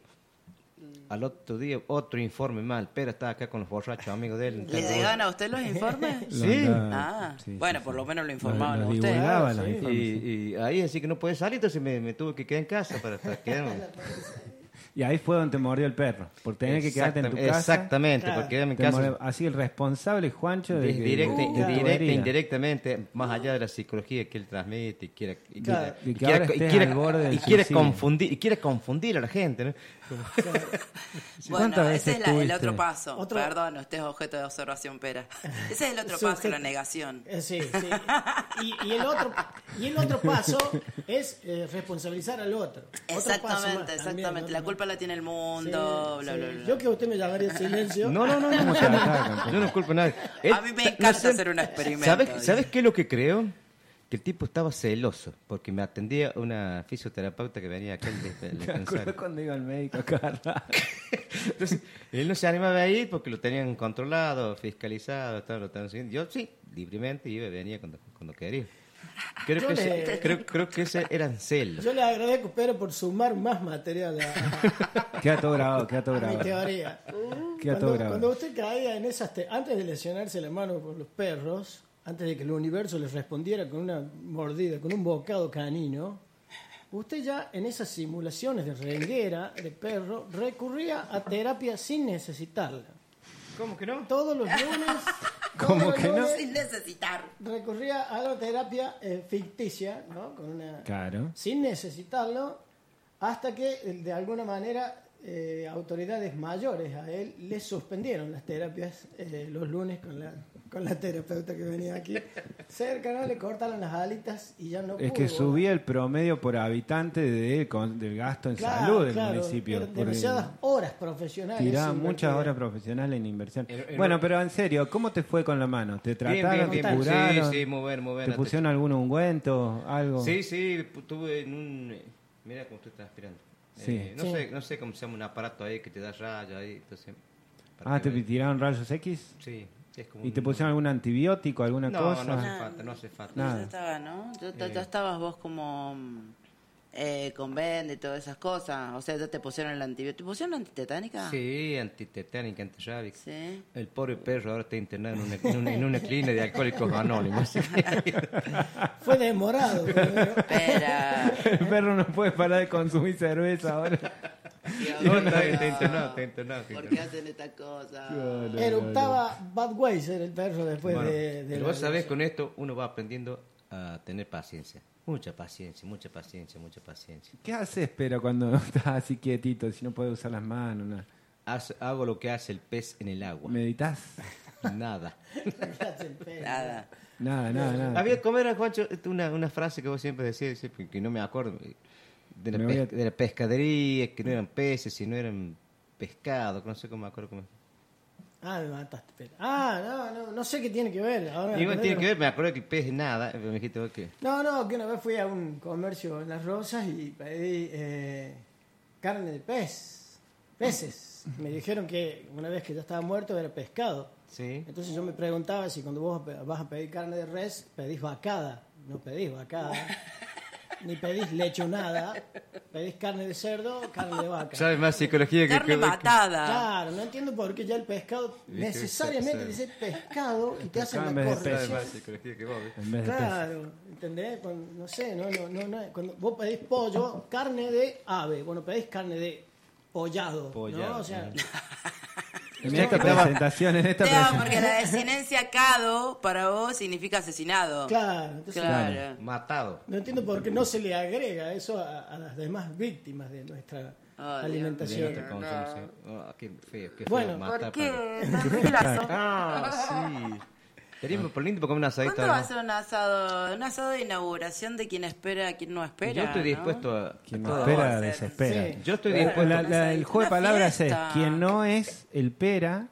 [SPEAKER 6] Mm.
[SPEAKER 2] Al otro día, otro informe más. Alpera estaba acá con los borrachos, amigos de él.
[SPEAKER 6] (laughs)
[SPEAKER 2] en
[SPEAKER 9] ¿Le
[SPEAKER 2] tal hora.
[SPEAKER 9] llegan a usted los informes?
[SPEAKER 2] (laughs)
[SPEAKER 5] Lo
[SPEAKER 2] Sí.
[SPEAKER 5] andaba-
[SPEAKER 9] Ah,
[SPEAKER 5] sí,
[SPEAKER 9] bueno,
[SPEAKER 5] sí,
[SPEAKER 9] por
[SPEAKER 5] sí.
[SPEAKER 9] lo menos lo
[SPEAKER 5] Lo-
[SPEAKER 9] informaban
[SPEAKER 5] lo
[SPEAKER 9] ustedes.
[SPEAKER 5] divulgaba, lo
[SPEAKER 6] Sí.
[SPEAKER 5] informaba, sí.
[SPEAKER 2] Y, y ahí así que no podía salir, entonces me, me tuve que quedar en casa para,
[SPEAKER 6] (laughs)
[SPEAKER 2] para quedarme.
[SPEAKER 5] Y ahí fue donde te mordió el perro. Por tener que quedarte en tu
[SPEAKER 2] Exactam-
[SPEAKER 5] casa.
[SPEAKER 2] Exactamente,
[SPEAKER 6] Claro.
[SPEAKER 2] porque era mi
[SPEAKER 5] te mordió-
[SPEAKER 2] casa.
[SPEAKER 5] Así el responsable, Juancho. De,
[SPEAKER 2] Es
[SPEAKER 5] que-
[SPEAKER 2] directa,
[SPEAKER 5] de tu
[SPEAKER 2] indirecta,
[SPEAKER 5] herida. (laughs)
[SPEAKER 2] indirectamente, más allá de la psicología que él transmite y quiera, y
[SPEAKER 6] Claro.
[SPEAKER 5] Y
[SPEAKER 2] quiera, y
[SPEAKER 5] que
[SPEAKER 2] quiera-
[SPEAKER 5] ahora
[SPEAKER 2] y
[SPEAKER 5] estés
[SPEAKER 2] quiera-
[SPEAKER 5] al borde del
[SPEAKER 2] y quiera
[SPEAKER 5] suicidio.
[SPEAKER 2] confundir, y quiera confundir a la gente, ¿no?
[SPEAKER 9] Bueno,
[SPEAKER 5] ¿Cuántas
[SPEAKER 9] ese
[SPEAKER 5] veces
[SPEAKER 9] es la- el
[SPEAKER 5] tuviste?
[SPEAKER 9] otro paso.
[SPEAKER 6] Otro-
[SPEAKER 9] Perdón, usted es objeto de observación,
[SPEAKER 2] (laughs)
[SPEAKER 9] pera. Ese es el otro
[SPEAKER 6] Sujeto.
[SPEAKER 9] paso, la negación.
[SPEAKER 6] Eh, Sí,
[SPEAKER 9] (laughs)
[SPEAKER 6] sí. Y, y el otro, y el otro paso es eh, responsabilizar al otro. Otro paso más
[SPEAKER 9] Exactamente,
[SPEAKER 6] también,
[SPEAKER 9] exactamente.
[SPEAKER 6] ¿no?
[SPEAKER 9] la culpa la tiene el
[SPEAKER 6] Sí,
[SPEAKER 9] mundo, bla,
[SPEAKER 6] sí.
[SPEAKER 9] bla, bla.
[SPEAKER 6] Yo que usted me llamaría en silencio.
[SPEAKER 2] No, no,
[SPEAKER 6] (laughs)
[SPEAKER 2] no, no, no,
[SPEAKER 5] se ataca tampoco.
[SPEAKER 2] yo no culpo a nadie. Eh,
[SPEAKER 9] A mí me encanta hacer un experimento,
[SPEAKER 2] ¿Sabes,
[SPEAKER 9] dice.
[SPEAKER 2] ¿Sabes qué es lo que creo? Que el tipo estaba celoso, porque me atendía una fisioterapeuta que venía acá al
[SPEAKER 6] (laughs)
[SPEAKER 2] des- al
[SPEAKER 5] ¿Te acuerdas
[SPEAKER 2] descansar.
[SPEAKER 5] cuando iba al médico acá?
[SPEAKER 2] Entonces, él no se animaba a ir porque lo tenían controlado, fiscalizado, tal, lo tenían siguiendo. Yo sí, libremente iba y venía cuando, cuando quería. Creo
[SPEAKER 6] Yo
[SPEAKER 2] que,
[SPEAKER 6] le-
[SPEAKER 2] ese- creo, creo que ese eran celos.
[SPEAKER 6] Yo le agradezco, pero por sumar más material a,
[SPEAKER 5] Queda todo grabado, queda todo
[SPEAKER 6] a mi
[SPEAKER 5] grabado.
[SPEAKER 6] teoría.
[SPEAKER 5] Queda todo
[SPEAKER 6] Cuando,
[SPEAKER 5] grabado.
[SPEAKER 6] cuando usted caía en esas, te- antes de lesionarse la mano por los perros, antes de que el universo le respondiera con una mordida, con un bocado canino, usted ya en esas simulaciones de renguera de perro recurría a terapia sin necesitarla.
[SPEAKER 5] ¿Cómo que no?
[SPEAKER 6] Todos los lunes.
[SPEAKER 5] (laughs) ¿Cómo
[SPEAKER 6] todos los
[SPEAKER 5] que no?
[SPEAKER 6] lunes
[SPEAKER 9] Sin necesitar.
[SPEAKER 6] Recurría a la terapia eh, ficticia, ¿no? Con una,
[SPEAKER 5] Claro.
[SPEAKER 6] sin necesitarlo, hasta que de alguna manera eh, autoridades mayores a él le suspendieron las terapias eh, los lunes con la, con la terapeuta que venía
[SPEAKER 2] (laughs)
[SPEAKER 6] aquí. Cerca, ¿no? Le cortaron las alitas y ya no
[SPEAKER 5] Es
[SPEAKER 6] pudo.
[SPEAKER 5] que subía el promedio por habitante de, con- del gasto en
[SPEAKER 6] Claro,
[SPEAKER 5] salud del
[SPEAKER 6] claro,
[SPEAKER 5] municipio.
[SPEAKER 6] eran
[SPEAKER 5] porque
[SPEAKER 6] Demasiadas horas profesionales.
[SPEAKER 5] Tiraba
[SPEAKER 6] invertidas.
[SPEAKER 5] muchas horas profesionales en inversión.
[SPEAKER 2] El- el-
[SPEAKER 5] bueno, pero en serio, ¿cómo te fue con la mano? ¿Te trataron?
[SPEAKER 2] Er, bien,
[SPEAKER 5] ¿Te
[SPEAKER 2] bien.
[SPEAKER 5] curaron?
[SPEAKER 2] Sí, sí, muy bien, muy bien.
[SPEAKER 5] ¿Te pusieron algún ungüento? ¿Algo?
[SPEAKER 2] Sí, sí, pu- tuve en un... eh, Mira cómo tú estás aspirando.
[SPEAKER 5] Sí.
[SPEAKER 2] Eh, no,
[SPEAKER 6] Sí.
[SPEAKER 2] Sé, no sé cómo se llama un aparato ahí que te da raya ahí. Entonces, para
[SPEAKER 5] Ah,
[SPEAKER 2] que
[SPEAKER 5] ¿te
[SPEAKER 2] vea.
[SPEAKER 5] tiraron rayos X?
[SPEAKER 2] Sí, es como
[SPEAKER 5] ¿Y
[SPEAKER 2] un-
[SPEAKER 5] te pusieron algún antibiótico, alguna
[SPEAKER 2] no,
[SPEAKER 5] cosa?
[SPEAKER 2] No, hace falta, no hace falta.
[SPEAKER 6] Ah.
[SPEAKER 9] No,
[SPEAKER 5] Nada.
[SPEAKER 9] ya estaba, ¿no? Yo, ya- ya estabas vos como mm, eh, con Bend y todas esas cosas. O sea, ya te pusieron el antibiótico. ¿Te pusieron la antitetánica?
[SPEAKER 2] Sí, antitetánica, antirrábica.
[SPEAKER 9] Sí.
[SPEAKER 2] El pobre perro ahora está internado en una, en una, en una clínica de alcohólicos
[SPEAKER 5] (laughs)
[SPEAKER 2] anónimos. (laughs) así que-
[SPEAKER 6] Fue demorado. pero- (laughs)
[SPEAKER 9] Pero.
[SPEAKER 5] (laughs) El perro no puede parar de consumir cerveza ahora.
[SPEAKER 2] No, está bien, está internado, está internado, está
[SPEAKER 9] ¿Por qué
[SPEAKER 2] internado.
[SPEAKER 9] hacen esta cosa?
[SPEAKER 6] Eruptaba Budweiser el perro después
[SPEAKER 2] Bueno,
[SPEAKER 6] de, de
[SPEAKER 2] pero
[SPEAKER 6] la
[SPEAKER 2] vos
[SPEAKER 6] (laughs)
[SPEAKER 2] sabés, con esto uno va aprendiendo a tener paciencia. Mucha paciencia, mucha paciencia, mucha paciencia.
[SPEAKER 5] ¿Qué haces, pero cuando (laughs) estás así quietito, si no puedes usar las manos? nada?
[SPEAKER 2] Haz- hago lo que hace el pez en el agua.
[SPEAKER 5] ¿Meditas?
[SPEAKER 2] Nada.
[SPEAKER 9] Nada.
[SPEAKER 5] Nada, nada, nada.
[SPEAKER 2] Había comer a Juancho este, una, una frase que vos siempre decías, decías, que- que no me acuerdo, eh, de la,
[SPEAKER 5] Me voy a-
[SPEAKER 2] pesca- de la pescadería, que no eran peces, sino eran pescado, que no sé cómo me acuerdo cómo.
[SPEAKER 6] Ah, me mataste. Pedro. Ah, no, no, no sé qué tiene que ver. Ahora me
[SPEAKER 2] Igual
[SPEAKER 6] acordé
[SPEAKER 2] tiene
[SPEAKER 6] de-
[SPEAKER 2] que ver, me acuerdo que pez es nada, pero me dijiste vos que...
[SPEAKER 6] No, no, que una vez fui a un comercio en Las Rosas y pedí eh, carne de pez, peces. Me dijeron que una vez que ya estaba muerto era pescado.
[SPEAKER 2] Sí.
[SPEAKER 6] Entonces yo me preguntaba si cuando vos pe- vas a pedir carne de res, pedís vacada. No pedís vacada, ni pedís lechonada, pedís carne de cerdo, carne de vaca.
[SPEAKER 2] ¿Sabes más psicología que...
[SPEAKER 9] Carne
[SPEAKER 2] que-
[SPEAKER 9] matada.
[SPEAKER 6] Claro, no entiendo por qué ya el pescado necesariamente dice pescado y te hacen
[SPEAKER 5] Pescado en
[SPEAKER 6] la
[SPEAKER 5] vez de
[SPEAKER 2] ¿Sabes
[SPEAKER 6] corrección.
[SPEAKER 2] más psicología que vos? eh?
[SPEAKER 5] En vez de pesca.
[SPEAKER 6] Claro, ¿entendés? Cuando- no sé, no, no, no, no, Cuando vos pedís pollo, carne de ave, bueno, pedís carne de pollado,
[SPEAKER 2] Pollado,
[SPEAKER 6] ¿no? O sea,
[SPEAKER 5] En esta presentación, en esta
[SPEAKER 9] Te amo,
[SPEAKER 5] presentación.
[SPEAKER 6] (laughs)
[SPEAKER 9] porque la desinencia cado para vos significa
[SPEAKER 6] (laughs)
[SPEAKER 9] asesinado.
[SPEAKER 6] claro. Entonces,
[SPEAKER 9] Claro.
[SPEAKER 2] Matado.
[SPEAKER 6] No entiendo por qué no se le agrega eso a, a las demás víctimas de nuestra
[SPEAKER 9] Ah,
[SPEAKER 2] Sí, no
[SPEAKER 6] alimentación.
[SPEAKER 2] te consumo, este sí. Ah, qué feo, qué feo
[SPEAKER 6] Bueno,
[SPEAKER 9] ¿Por
[SPEAKER 2] matar para-
[SPEAKER 9] qué? ¿Cuándo
[SPEAKER 2] Ah, sí. Sería por lindo para comer un asadito.
[SPEAKER 9] va
[SPEAKER 2] ¿no?
[SPEAKER 9] a ser un asado? Un asado de inauguración de quien espera a quien no espera.
[SPEAKER 2] Pues Yo estoy
[SPEAKER 9] ¿no?
[SPEAKER 2] dispuesto a... a
[SPEAKER 5] Quien no
[SPEAKER 2] todo.
[SPEAKER 5] espera,
[SPEAKER 9] Sí.
[SPEAKER 5] desespera.
[SPEAKER 6] Sí.
[SPEAKER 2] Yo estoy
[SPEAKER 5] La-
[SPEAKER 2] dispuesto...
[SPEAKER 5] la- la- el juego de palabras es,
[SPEAKER 9] fiesta.
[SPEAKER 5] quien no es el pera,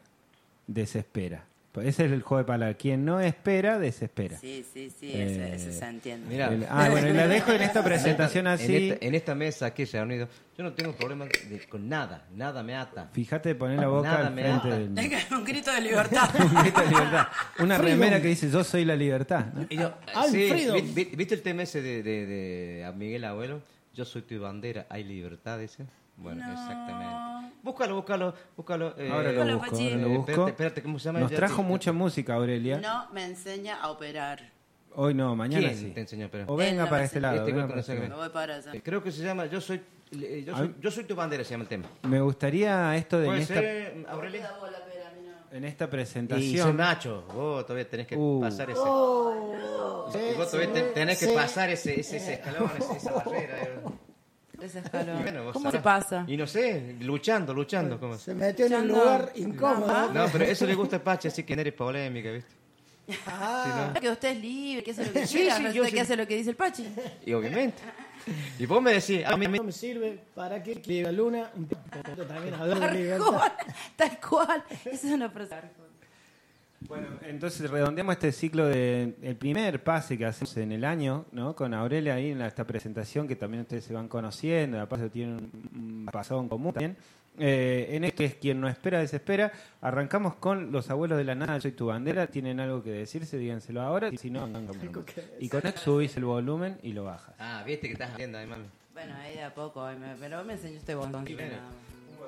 [SPEAKER 5] desespera. Pues Ese es el juego de palabras. Quien no espera, desespera.
[SPEAKER 9] Sí, sí, sí,
[SPEAKER 5] Eh,
[SPEAKER 9] eso, eso se entiende.
[SPEAKER 2] Mira,
[SPEAKER 5] El- ah, bueno, y la dejo en
[SPEAKER 9] (laughs)
[SPEAKER 5] esta presentación
[SPEAKER 2] En
[SPEAKER 5] así.
[SPEAKER 9] este-
[SPEAKER 2] esta, en esta mesa aquí reunido, yo no tengo problema de- con nada, nada
[SPEAKER 5] (laughs)
[SPEAKER 2] me ata.
[SPEAKER 5] Fíjate de poner la boca
[SPEAKER 2] Nada
[SPEAKER 5] al
[SPEAKER 2] me
[SPEAKER 5] frente
[SPEAKER 2] ata.
[SPEAKER 5] del...
[SPEAKER 9] (laughs) un grito de
[SPEAKER 2] (laughs)
[SPEAKER 9] libertad.
[SPEAKER 5] Grito de libertad. Una remera que dice yo soy la libertad. ¿no?
[SPEAKER 2] Y yo, eh,
[SPEAKER 6] I'm
[SPEAKER 2] sí,
[SPEAKER 6] freedom.
[SPEAKER 2] vi- vi- ¿Viste el tema ese de, de, de a Miguel Abuelo? Yo soy tu bandera, hay libertad, dice. Bueno, exactamente. Búscalo, búscalo, búscalo. eh,
[SPEAKER 5] Ahora lo
[SPEAKER 9] Hola,
[SPEAKER 5] busco,
[SPEAKER 9] Pachi.
[SPEAKER 5] ahora lo
[SPEAKER 2] Eh,
[SPEAKER 5] busco.
[SPEAKER 2] espérate, espérate, ¿cómo se llama?
[SPEAKER 5] Nos
[SPEAKER 2] Ya
[SPEAKER 5] trajo
[SPEAKER 2] te-
[SPEAKER 5] mucha música, Aurelia.
[SPEAKER 9] No me enseña a operar.
[SPEAKER 5] Hoy no, mañana
[SPEAKER 2] ¿Quién
[SPEAKER 5] sí.
[SPEAKER 2] te enseñó a operar?
[SPEAKER 5] O venga
[SPEAKER 9] Él no
[SPEAKER 5] para
[SPEAKER 9] me
[SPEAKER 5] este
[SPEAKER 9] enseñó.
[SPEAKER 5] lado.
[SPEAKER 2] Este
[SPEAKER 5] venga
[SPEAKER 2] cuerpo
[SPEAKER 5] para
[SPEAKER 2] no
[SPEAKER 5] este lado.
[SPEAKER 2] se
[SPEAKER 9] No voy para allá.
[SPEAKER 2] Eh, Creo que se llama Yo soy, eh, yo,
[SPEAKER 5] A
[SPEAKER 2] soy
[SPEAKER 5] mí-
[SPEAKER 2] Yo soy tu bandera, se llama el tema.
[SPEAKER 5] Me gustaría esto de en
[SPEAKER 2] ¿Puede
[SPEAKER 5] esta,
[SPEAKER 2] ser, eh, Aurelia?
[SPEAKER 9] Hola, pero a mí no.
[SPEAKER 5] en esta
[SPEAKER 2] Y soy
[SPEAKER 5] presentación.
[SPEAKER 2] Nacho, vos todavía tenés que
[SPEAKER 5] Uh.
[SPEAKER 2] pasar ese...
[SPEAKER 6] Sí,
[SPEAKER 2] Y vos
[SPEAKER 6] sí,
[SPEAKER 2] todavía te- tenés que
[SPEAKER 6] sí.
[SPEAKER 2] pasar ese, ese, ese escalón, esa, esa barrera. eh.
[SPEAKER 9] Ese escalón.
[SPEAKER 2] Bueno, vos
[SPEAKER 9] ¿Cómo te
[SPEAKER 2] sabrás.
[SPEAKER 9] pasa?
[SPEAKER 2] Y no sé, luchando, luchando. ¿cómo?
[SPEAKER 6] Se metió en un
[SPEAKER 9] Ando-
[SPEAKER 6] lugar incómodo.
[SPEAKER 2] No, pero eso le gusta a Pache, así que no eres polémica, ¿viste?
[SPEAKER 10] Que usted es libre, que hace lo que
[SPEAKER 2] (laughs) Sí,
[SPEAKER 10] quiera,
[SPEAKER 2] sí,
[SPEAKER 10] no
[SPEAKER 2] yo
[SPEAKER 10] sé
[SPEAKER 2] sí.
[SPEAKER 10] qué hace lo que dice el
[SPEAKER 2] (laughs)
[SPEAKER 10] Pachi.
[SPEAKER 2] Y obviamente. Y vos me decís, ah, mira,
[SPEAKER 6] No
[SPEAKER 2] mira,
[SPEAKER 6] me sirve para que quiera luna un tipo también hablando de libertad.
[SPEAKER 10] Arjona, tal cual. Esa es una frase.
[SPEAKER 5] Bueno, entonces redondeamos este ciclo de el primer pase que hacemos en el año, ¿no? Con Aurelia ahí en la- esta presentación que también ustedes se van conociendo, aparte tienen un, un pasado en común también. Eh, en este es quien no espera, desespera. Arrancamos con los abuelos de la nada, soy tu bandera. Tienen algo que decirse, díganselo ahora. y Si no, andan con Y con esto subís el volumen y lo bajas.
[SPEAKER 2] Ah, viste que estás haciendo ahí, mami.
[SPEAKER 9] Bueno, ahí de a poco, ahí me- pero vos me enseñaste vos. entonces, nada más.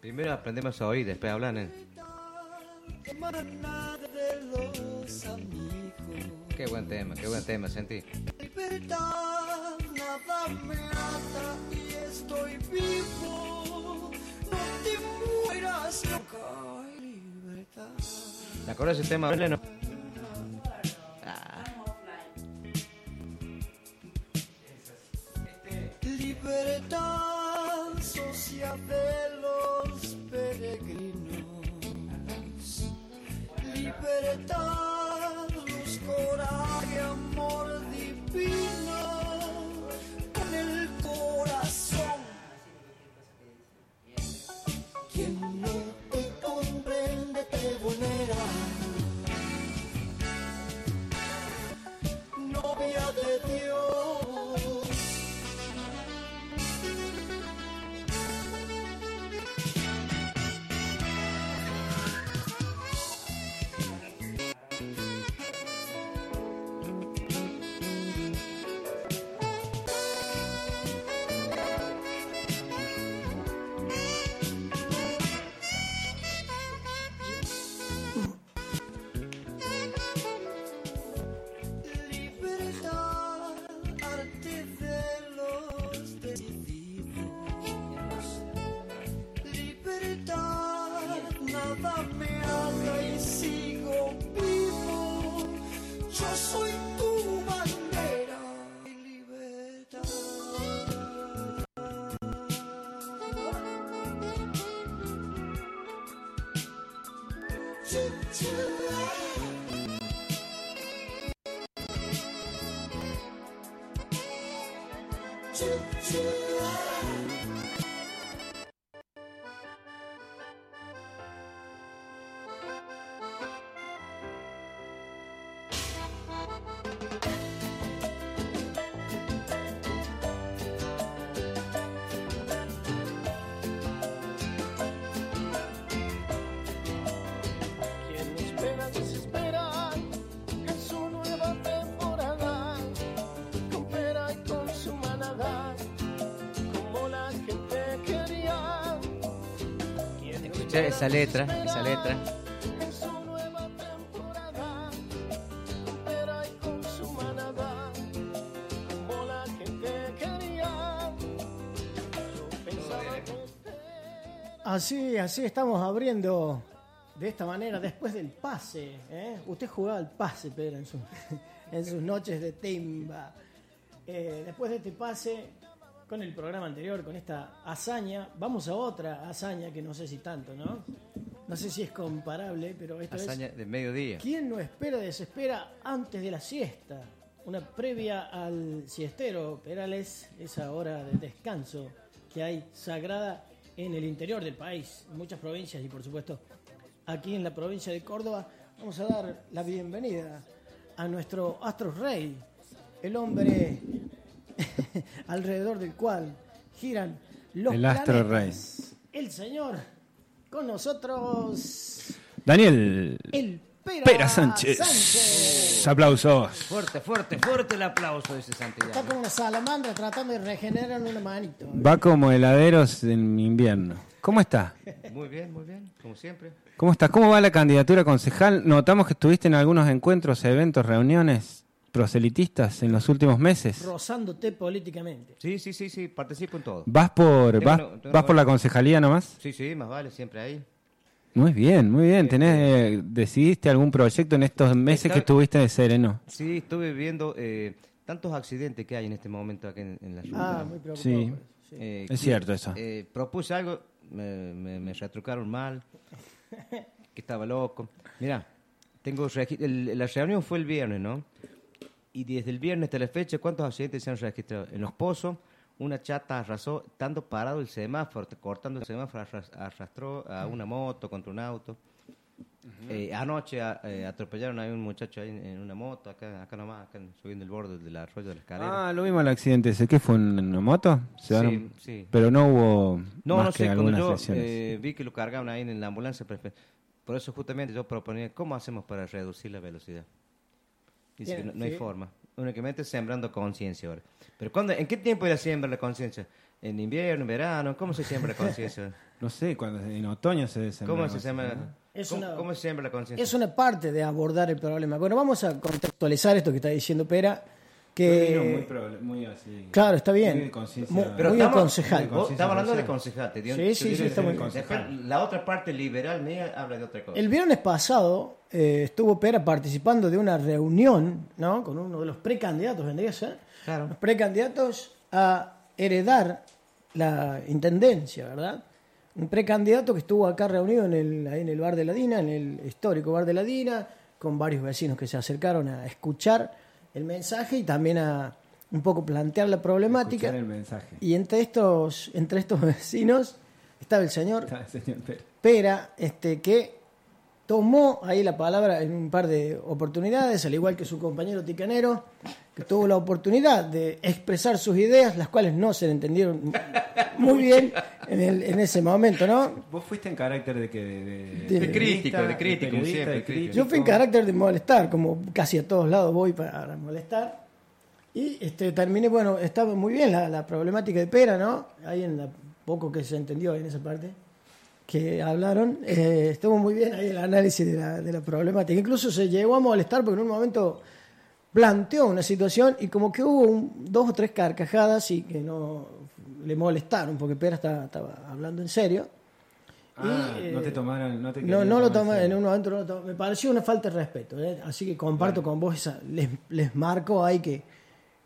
[SPEAKER 2] Primero aprendemos a oír, después hablar, ¿eh?
[SPEAKER 11] Hermana de los amigos.
[SPEAKER 2] Qué buen tema, qué buen tema, sentí.
[SPEAKER 11] Libertad, nada me ata y estoy vivo. No te mueras, loca. Libertad.
[SPEAKER 2] ¿Te acuerdas de ese tema, Belén? No.
[SPEAKER 11] Libertad, socia de los peregrinos. Libertad, luz, coraje, amor divino. Con el corazón. Quien no te comprende te vulnera. Novia de Dios. Libertad, arte de los decididos. Libertad, nada me haga y sigo vivo. Yo soy tu bandera. eh. Libertad. Quien espera, desespera en su nueva temporada coopera y con su manada como la gente quería
[SPEAKER 2] Escuché esa letra, esa letra.
[SPEAKER 11] en su nueva temporada coopera y con su manada como la gente quería yo pensaba que
[SPEAKER 6] Así, así estamos abriendo de esta manera, después del pase. ¿eh? Usted jugaba al pase, Pedro, en, su- (laughs) en sus noches de timba. Eh, después de este pase, con el programa anterior, con esta hazaña, vamos a otra hazaña que no sé si tanto, ¿no? No sé si es comparable, pero esto
[SPEAKER 2] Hazaña
[SPEAKER 6] es...
[SPEAKER 2] de mediodía.
[SPEAKER 6] ¿Quién no espera desespera antes de la siesta? Una previa al siestero, Perales, esa hora de descanso que hay sagrada en el interior del país, en muchas provincias y por supuesto aquí en la provincia de Córdoba. Vamos a dar la bienvenida a nuestro astro rey, el hombre (laughs) alrededor del cual giran los
[SPEAKER 5] El astro
[SPEAKER 6] planetas. El señor con nosotros,
[SPEAKER 5] Daniel
[SPEAKER 6] el Pera,
[SPEAKER 5] Pera Sánchez. Aplausos.
[SPEAKER 2] Fuerte, fuerte, fuerte el aplauso de ese
[SPEAKER 6] Está
[SPEAKER 2] Santillán.
[SPEAKER 6] como una salamandra tratando de regenerar una manito. eh,
[SPEAKER 5] Va como heladeros en invierno. ¿Cómo está?
[SPEAKER 2] Muy bien, muy bien, como siempre.
[SPEAKER 5] ¿Cómo está? ¿Cómo va la candidatura a concejal? Notamos que estuviste en algunos encuentros, eventos, reuniones proselitistas en los últimos meses.
[SPEAKER 6] Rozándote políticamente.
[SPEAKER 2] Sí, sí, sí, sí, participo en todo.
[SPEAKER 5] ¿Vas por,
[SPEAKER 2] Tengo
[SPEAKER 5] vas,
[SPEAKER 2] una- tengo
[SPEAKER 5] vas por
[SPEAKER 2] una-
[SPEAKER 5] la concejalía nomás?
[SPEAKER 2] Sí, sí, más vale, siempre ahí.
[SPEAKER 5] Muy bien, muy
[SPEAKER 2] Este,
[SPEAKER 5] bien. ¿Tenés, eh, ¿Decidiste algún proyecto en estos meses que estuviste de sereno?
[SPEAKER 2] Sí, estuve viendo eh, tantos accidentes que hay en este momento aquí en, en la ciudad.
[SPEAKER 6] Ah, muy preocupado.
[SPEAKER 5] Sí.
[SPEAKER 2] Eh,
[SPEAKER 5] Es cierto eso.
[SPEAKER 2] eh, propuse algo, me, me, me retrucaron
[SPEAKER 5] (laughs)
[SPEAKER 2] mal, que estaba loco. Mira, tengo regi- el- la reunión fue el viernes, ¿no? Y desde el viernes hasta la fecha, ¿cuántos accidentes se han registrado? En los pozos, una chata arrasó, estando parado el semáforo, te- cortando el semáforo, arras- arrastró a una moto contra un auto. Eh, anoche a- eh, atropellaron a un muchacho ahí en, en una moto, acá, acá nomás, acá subiendo el borde del arroyo de la escalera.
[SPEAKER 5] Ah, lo vimos el accidente ese. ¿Qué fue? ¿Un- ¿Una moto? Se
[SPEAKER 2] Sí,
[SPEAKER 5] daron-
[SPEAKER 2] sí.
[SPEAKER 5] Pero no hubo
[SPEAKER 2] No,
[SPEAKER 5] más
[SPEAKER 2] no
[SPEAKER 5] que
[SPEAKER 2] sé, cuando
[SPEAKER 5] algunas
[SPEAKER 2] yo
[SPEAKER 5] lesiones.
[SPEAKER 2] eh, vi que lo cargaban ahí en la ambulancia, pero- pero- por eso justamente yo proponía, ¿cómo hacemos para reducir la velocidad? Dice que
[SPEAKER 6] Bien,
[SPEAKER 2] no, no hay
[SPEAKER 6] sí.
[SPEAKER 2] forma, únicamente sembrando conciencia ahora. Pero cuando, ¿en qué tiempo era siembra la conciencia? ¿En invierno, en verano? ¿Cómo se
[SPEAKER 6] (laughs)
[SPEAKER 2] siembra la conciencia?
[SPEAKER 5] No sé, cuando en otoño se
[SPEAKER 2] ¿Cómo
[SPEAKER 5] sembraba,
[SPEAKER 2] se siembra?
[SPEAKER 6] Es
[SPEAKER 2] ¿Cómo,
[SPEAKER 6] una-
[SPEAKER 2] cómo se siembra la conciencia?
[SPEAKER 6] Es una parte de abordar el problema. Bueno, vamos a contextualizar esto que está diciendo Pera.
[SPEAKER 5] Yo digo muy,
[SPEAKER 6] Que,
[SPEAKER 5] proble- muy así.
[SPEAKER 6] claro, está
[SPEAKER 5] Muy de
[SPEAKER 6] bien.
[SPEAKER 5] conciencia.
[SPEAKER 6] Muy,
[SPEAKER 2] Pero
[SPEAKER 6] muy
[SPEAKER 2] estamos-
[SPEAKER 6] aconsejal.
[SPEAKER 2] vos Estamos hablando de concejal. te digo-
[SPEAKER 6] Sí,
[SPEAKER 2] te
[SPEAKER 6] sí,
[SPEAKER 2] digo
[SPEAKER 6] sí,
[SPEAKER 2] que
[SPEAKER 6] está muy
[SPEAKER 2] después La otra parte liberal mía habla de otra cosa.
[SPEAKER 6] El viernes pasado eh, estuvo Pera participando de una reunión, ¿no? Con uno de los precandidatos, vendría a ser.
[SPEAKER 2] Claro.
[SPEAKER 6] Los precandidatos a heredar la intendencia, ¿verdad? Un precandidato que estuvo acá reunido en el, ahí en el bar de la Dina, en el histórico bar de la Dina, con varios vecinos que se acercaron a escuchar el mensaje y también a un poco plantear la problemática.
[SPEAKER 5] Escuchar el mensaje. (laughs)
[SPEAKER 6] Y entre estos, entre estos (laughs) vecinos estaba el señor
[SPEAKER 5] Está el señor Pérez.
[SPEAKER 6] Pera, este, que tomó ahí la palabra en un par de oportunidades, al igual que su compañero Ticanero, que tuvo la oportunidad de expresar sus ideas, las cuales no se le entendieron (laughs) muy bien en, el- en ese momento, ¿no?
[SPEAKER 5] Vos fuiste en carácter de que. De,
[SPEAKER 6] De
[SPEAKER 5] periodista,
[SPEAKER 2] crítico, de crítico,
[SPEAKER 5] periodista,
[SPEAKER 2] siempre
[SPEAKER 5] de
[SPEAKER 2] crítico.
[SPEAKER 6] Yo fui en carácter de molestar, como casi a todos lados voy para molestar. Y este, terminé, bueno, estaba muy bien la, la problemática de Pera, ¿no? Ahí en la poco que se entendió ahí en esa parte que hablaron, eh, estuvo muy bien ahí el análisis de la, de la problemática. Incluso se llegó a molestar porque en un momento planteó una situación y como que hubo un- dos o tres carcajadas y que no le molestaron porque Pera estaba, estaba hablando en serio.
[SPEAKER 5] Ah,
[SPEAKER 6] Y, eh,
[SPEAKER 5] no te tomaron. No, te
[SPEAKER 6] No,
[SPEAKER 5] querían
[SPEAKER 6] no
[SPEAKER 5] tomar
[SPEAKER 6] lo tomé, en
[SPEAKER 5] serio.
[SPEAKER 6] un momento no lo tomé. Me pareció una falta de respeto, ¿eh? así que comparto con vos, esa, les, les marco ahí que,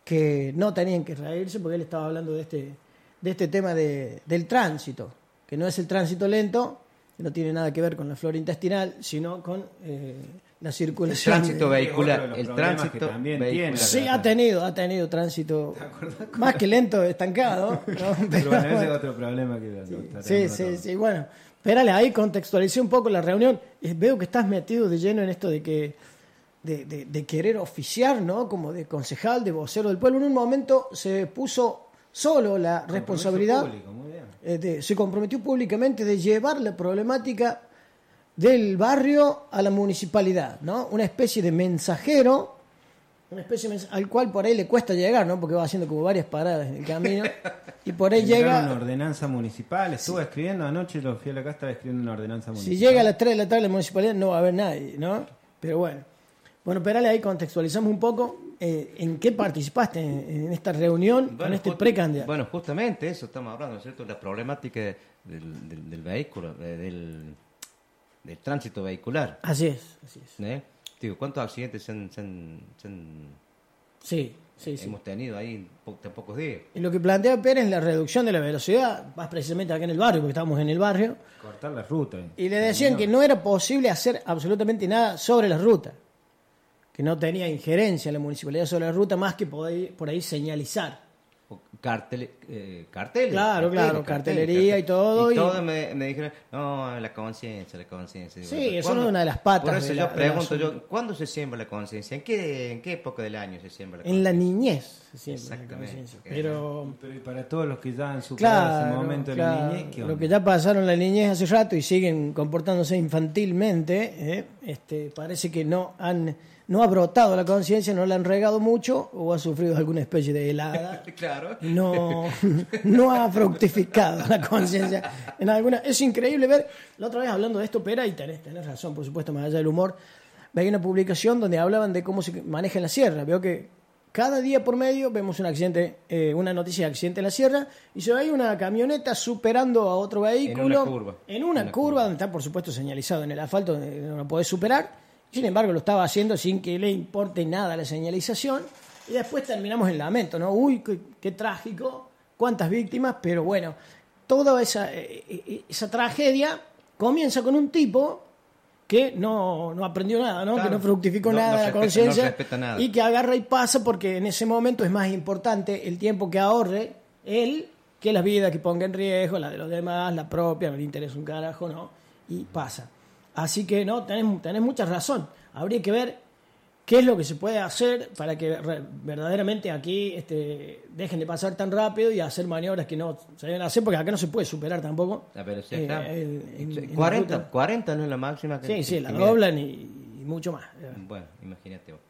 [SPEAKER 6] que no tenían que reírse porque él estaba hablando de este, de este tema de, del tránsito, que no es el tránsito lento, que no tiene nada que ver con la flora intestinal, sino con eh, la
[SPEAKER 2] El
[SPEAKER 6] circulación.
[SPEAKER 2] tránsito
[SPEAKER 6] de-
[SPEAKER 5] otro de
[SPEAKER 2] vehicular.
[SPEAKER 5] los
[SPEAKER 2] El
[SPEAKER 5] problemas
[SPEAKER 2] tránsito
[SPEAKER 5] que también
[SPEAKER 2] vehicular.
[SPEAKER 5] tiene.
[SPEAKER 6] Sí, ha tenido, ha tenido tránsito
[SPEAKER 5] acordás
[SPEAKER 6] más que lento, estancado. ¿no?
[SPEAKER 5] Pero
[SPEAKER 6] Pero (laughs)
[SPEAKER 5] bueno, ese
[SPEAKER 6] bueno.
[SPEAKER 5] es otro problema que. lo- lo
[SPEAKER 6] Sí,
[SPEAKER 5] trataremos
[SPEAKER 6] sí,
[SPEAKER 5] otro-
[SPEAKER 6] sí. Bueno, espérale, ahí contextualicé un poco la reunión. Eh, Veo que estás metido de lleno en esto de que de, de- de querer oficiar, ¿no? Como de concejal, de vocero del pueblo. En un momento se puso solo la responsabilidad,
[SPEAKER 5] Público, muy bien.
[SPEAKER 6] eh, de- se comprometió públicamente de llevar la problemática del barrio a la municipalidad, ¿no? Una especie de mensajero, una especie de mens- al cual por ahí le cuesta llegar, ¿no? Porque va haciendo como varias paradas en el camino y por ahí
[SPEAKER 5] Llegaron
[SPEAKER 6] llega...
[SPEAKER 5] una ordenanza municipal, estuve escribiendo anoche, lo fui a la casa, estaba escribiendo una ordenanza municipal.
[SPEAKER 6] Si llega a las 3 de la tarde la municipalidad no va a haber nadie, ¿no? Pero bueno. Bueno, Perale, ahí contextualizamos un poco eh, en qué participaste en, en esta reunión con
[SPEAKER 2] Bueno,
[SPEAKER 6] este
[SPEAKER 2] ju-
[SPEAKER 6] precandidato.
[SPEAKER 2] Bueno, justamente eso estamos hablando, ¿no es cierto? La problemática del, del- del vehículo, de- del, del tránsito vehicular.
[SPEAKER 6] así es, así es.
[SPEAKER 2] ¿eh? Digo, ¿cuántos accidentes se han- se han- se han-
[SPEAKER 6] Sí, sí, sí.
[SPEAKER 2] hemos tenido ahí en po- tan pocos días?
[SPEAKER 6] Y lo que plantea Pérez es la reducción de la velocidad, más precisamente acá en el barrio, porque estamos en el barrio,
[SPEAKER 5] Cortar la ruta.
[SPEAKER 6] y le decían que no era posible hacer absolutamente nada sobre la ruta, que no tenía injerencia la municipalidad sobre la ruta más que por ahí, por ahí señalizar.
[SPEAKER 2] O cartel- eh, carteles.
[SPEAKER 6] Claro, claro, cartelería y todo,
[SPEAKER 2] Y,
[SPEAKER 6] y-
[SPEAKER 2] todos me, me dijeron, no, la conciencia, la conciencia. Digo,
[SPEAKER 6] Sí,
[SPEAKER 2] "¿Pero
[SPEAKER 6] eso
[SPEAKER 2] cuándo?".
[SPEAKER 6] es una de las patas
[SPEAKER 2] Por eso
[SPEAKER 6] de la-
[SPEAKER 2] yo
[SPEAKER 6] del
[SPEAKER 2] pregunto, yo,
[SPEAKER 6] asunto.
[SPEAKER 2] ¿cuándo se siembra la conciencia? ¿En qué, ¿En qué época del año se siembra la
[SPEAKER 6] En la
[SPEAKER 2] conciencia?
[SPEAKER 6] niñez, siempre. la
[SPEAKER 2] Exactamente.
[SPEAKER 6] conciencia. Pero
[SPEAKER 5] Pero y para todos los que ya han superado
[SPEAKER 6] Claro,
[SPEAKER 5] ese momento de
[SPEAKER 6] claro.
[SPEAKER 5] la niñez, ¿qué
[SPEAKER 6] lo
[SPEAKER 5] onda?
[SPEAKER 6] que ya pasaron la niñez hace rato y siguen comportándose infantilmente, ¿eh? este, parece que no han no ha brotado la conciencia, no la han regado mucho o ha sufrido alguna especie de
[SPEAKER 5] (laughs)
[SPEAKER 6] helada.
[SPEAKER 2] Claro.
[SPEAKER 6] No, no ha fructificado la conciencia en alguna. Es increíble ver, la otra vez hablando de esto, Pera, y tenés, tenés razón, por supuesto, más allá del humor, veía una publicación donde hablaban de cómo se maneja en la sierra. Veo que cada día por medio vemos un accidente, eh, una noticia de accidente en la sierra, y se ve una camioneta superando a otro vehículo.
[SPEAKER 2] curva.
[SPEAKER 6] En una curva,
[SPEAKER 2] Una curva.
[SPEAKER 6] donde está, por supuesto, señalizado en el asfalto, donde no lo podés superar. Sin embargo, lo estaba haciendo sin que le importe nada la señalización. Y después terminamos en lamento, ¿no? Uy, qué, qué trágico, cuántas víctimas, pero bueno, toda esa, eh, eh, esa tragedia comienza con un tipo que no, no aprendió nada, ¿no?
[SPEAKER 2] Claro.
[SPEAKER 6] Que no fructificó
[SPEAKER 2] No-
[SPEAKER 6] nada de
[SPEAKER 2] no
[SPEAKER 6] la
[SPEAKER 2] respeta- no
[SPEAKER 6] conciencia
[SPEAKER 2] respeta nada.
[SPEAKER 6] y que agarra y pasa porque en ese momento es más importante el tiempo que ahorre él que las vidas que ponga en riesgo, la de los demás, la propia, no le interesa un carajo, ¿no? Y pasa. Así que no, tenés, tenés mucha razón. Habría que ver qué es lo que se puede hacer para que re- verdaderamente aquí este, dejen de pasar tan rápido y hacer maniobras que no se deben hacer, porque acá no se puede superar tampoco.
[SPEAKER 2] La velocidad
[SPEAKER 6] Eh,
[SPEAKER 2] Ah, está-
[SPEAKER 6] el- en- en la
[SPEAKER 2] 40,
[SPEAKER 6] ruta.
[SPEAKER 2] 40 no es la máxima. que-
[SPEAKER 6] Sí, sí,
[SPEAKER 2] que-
[SPEAKER 6] la
[SPEAKER 2] que-
[SPEAKER 6] doblan y, y mucho más.
[SPEAKER 2] Bueno, imagínate vos.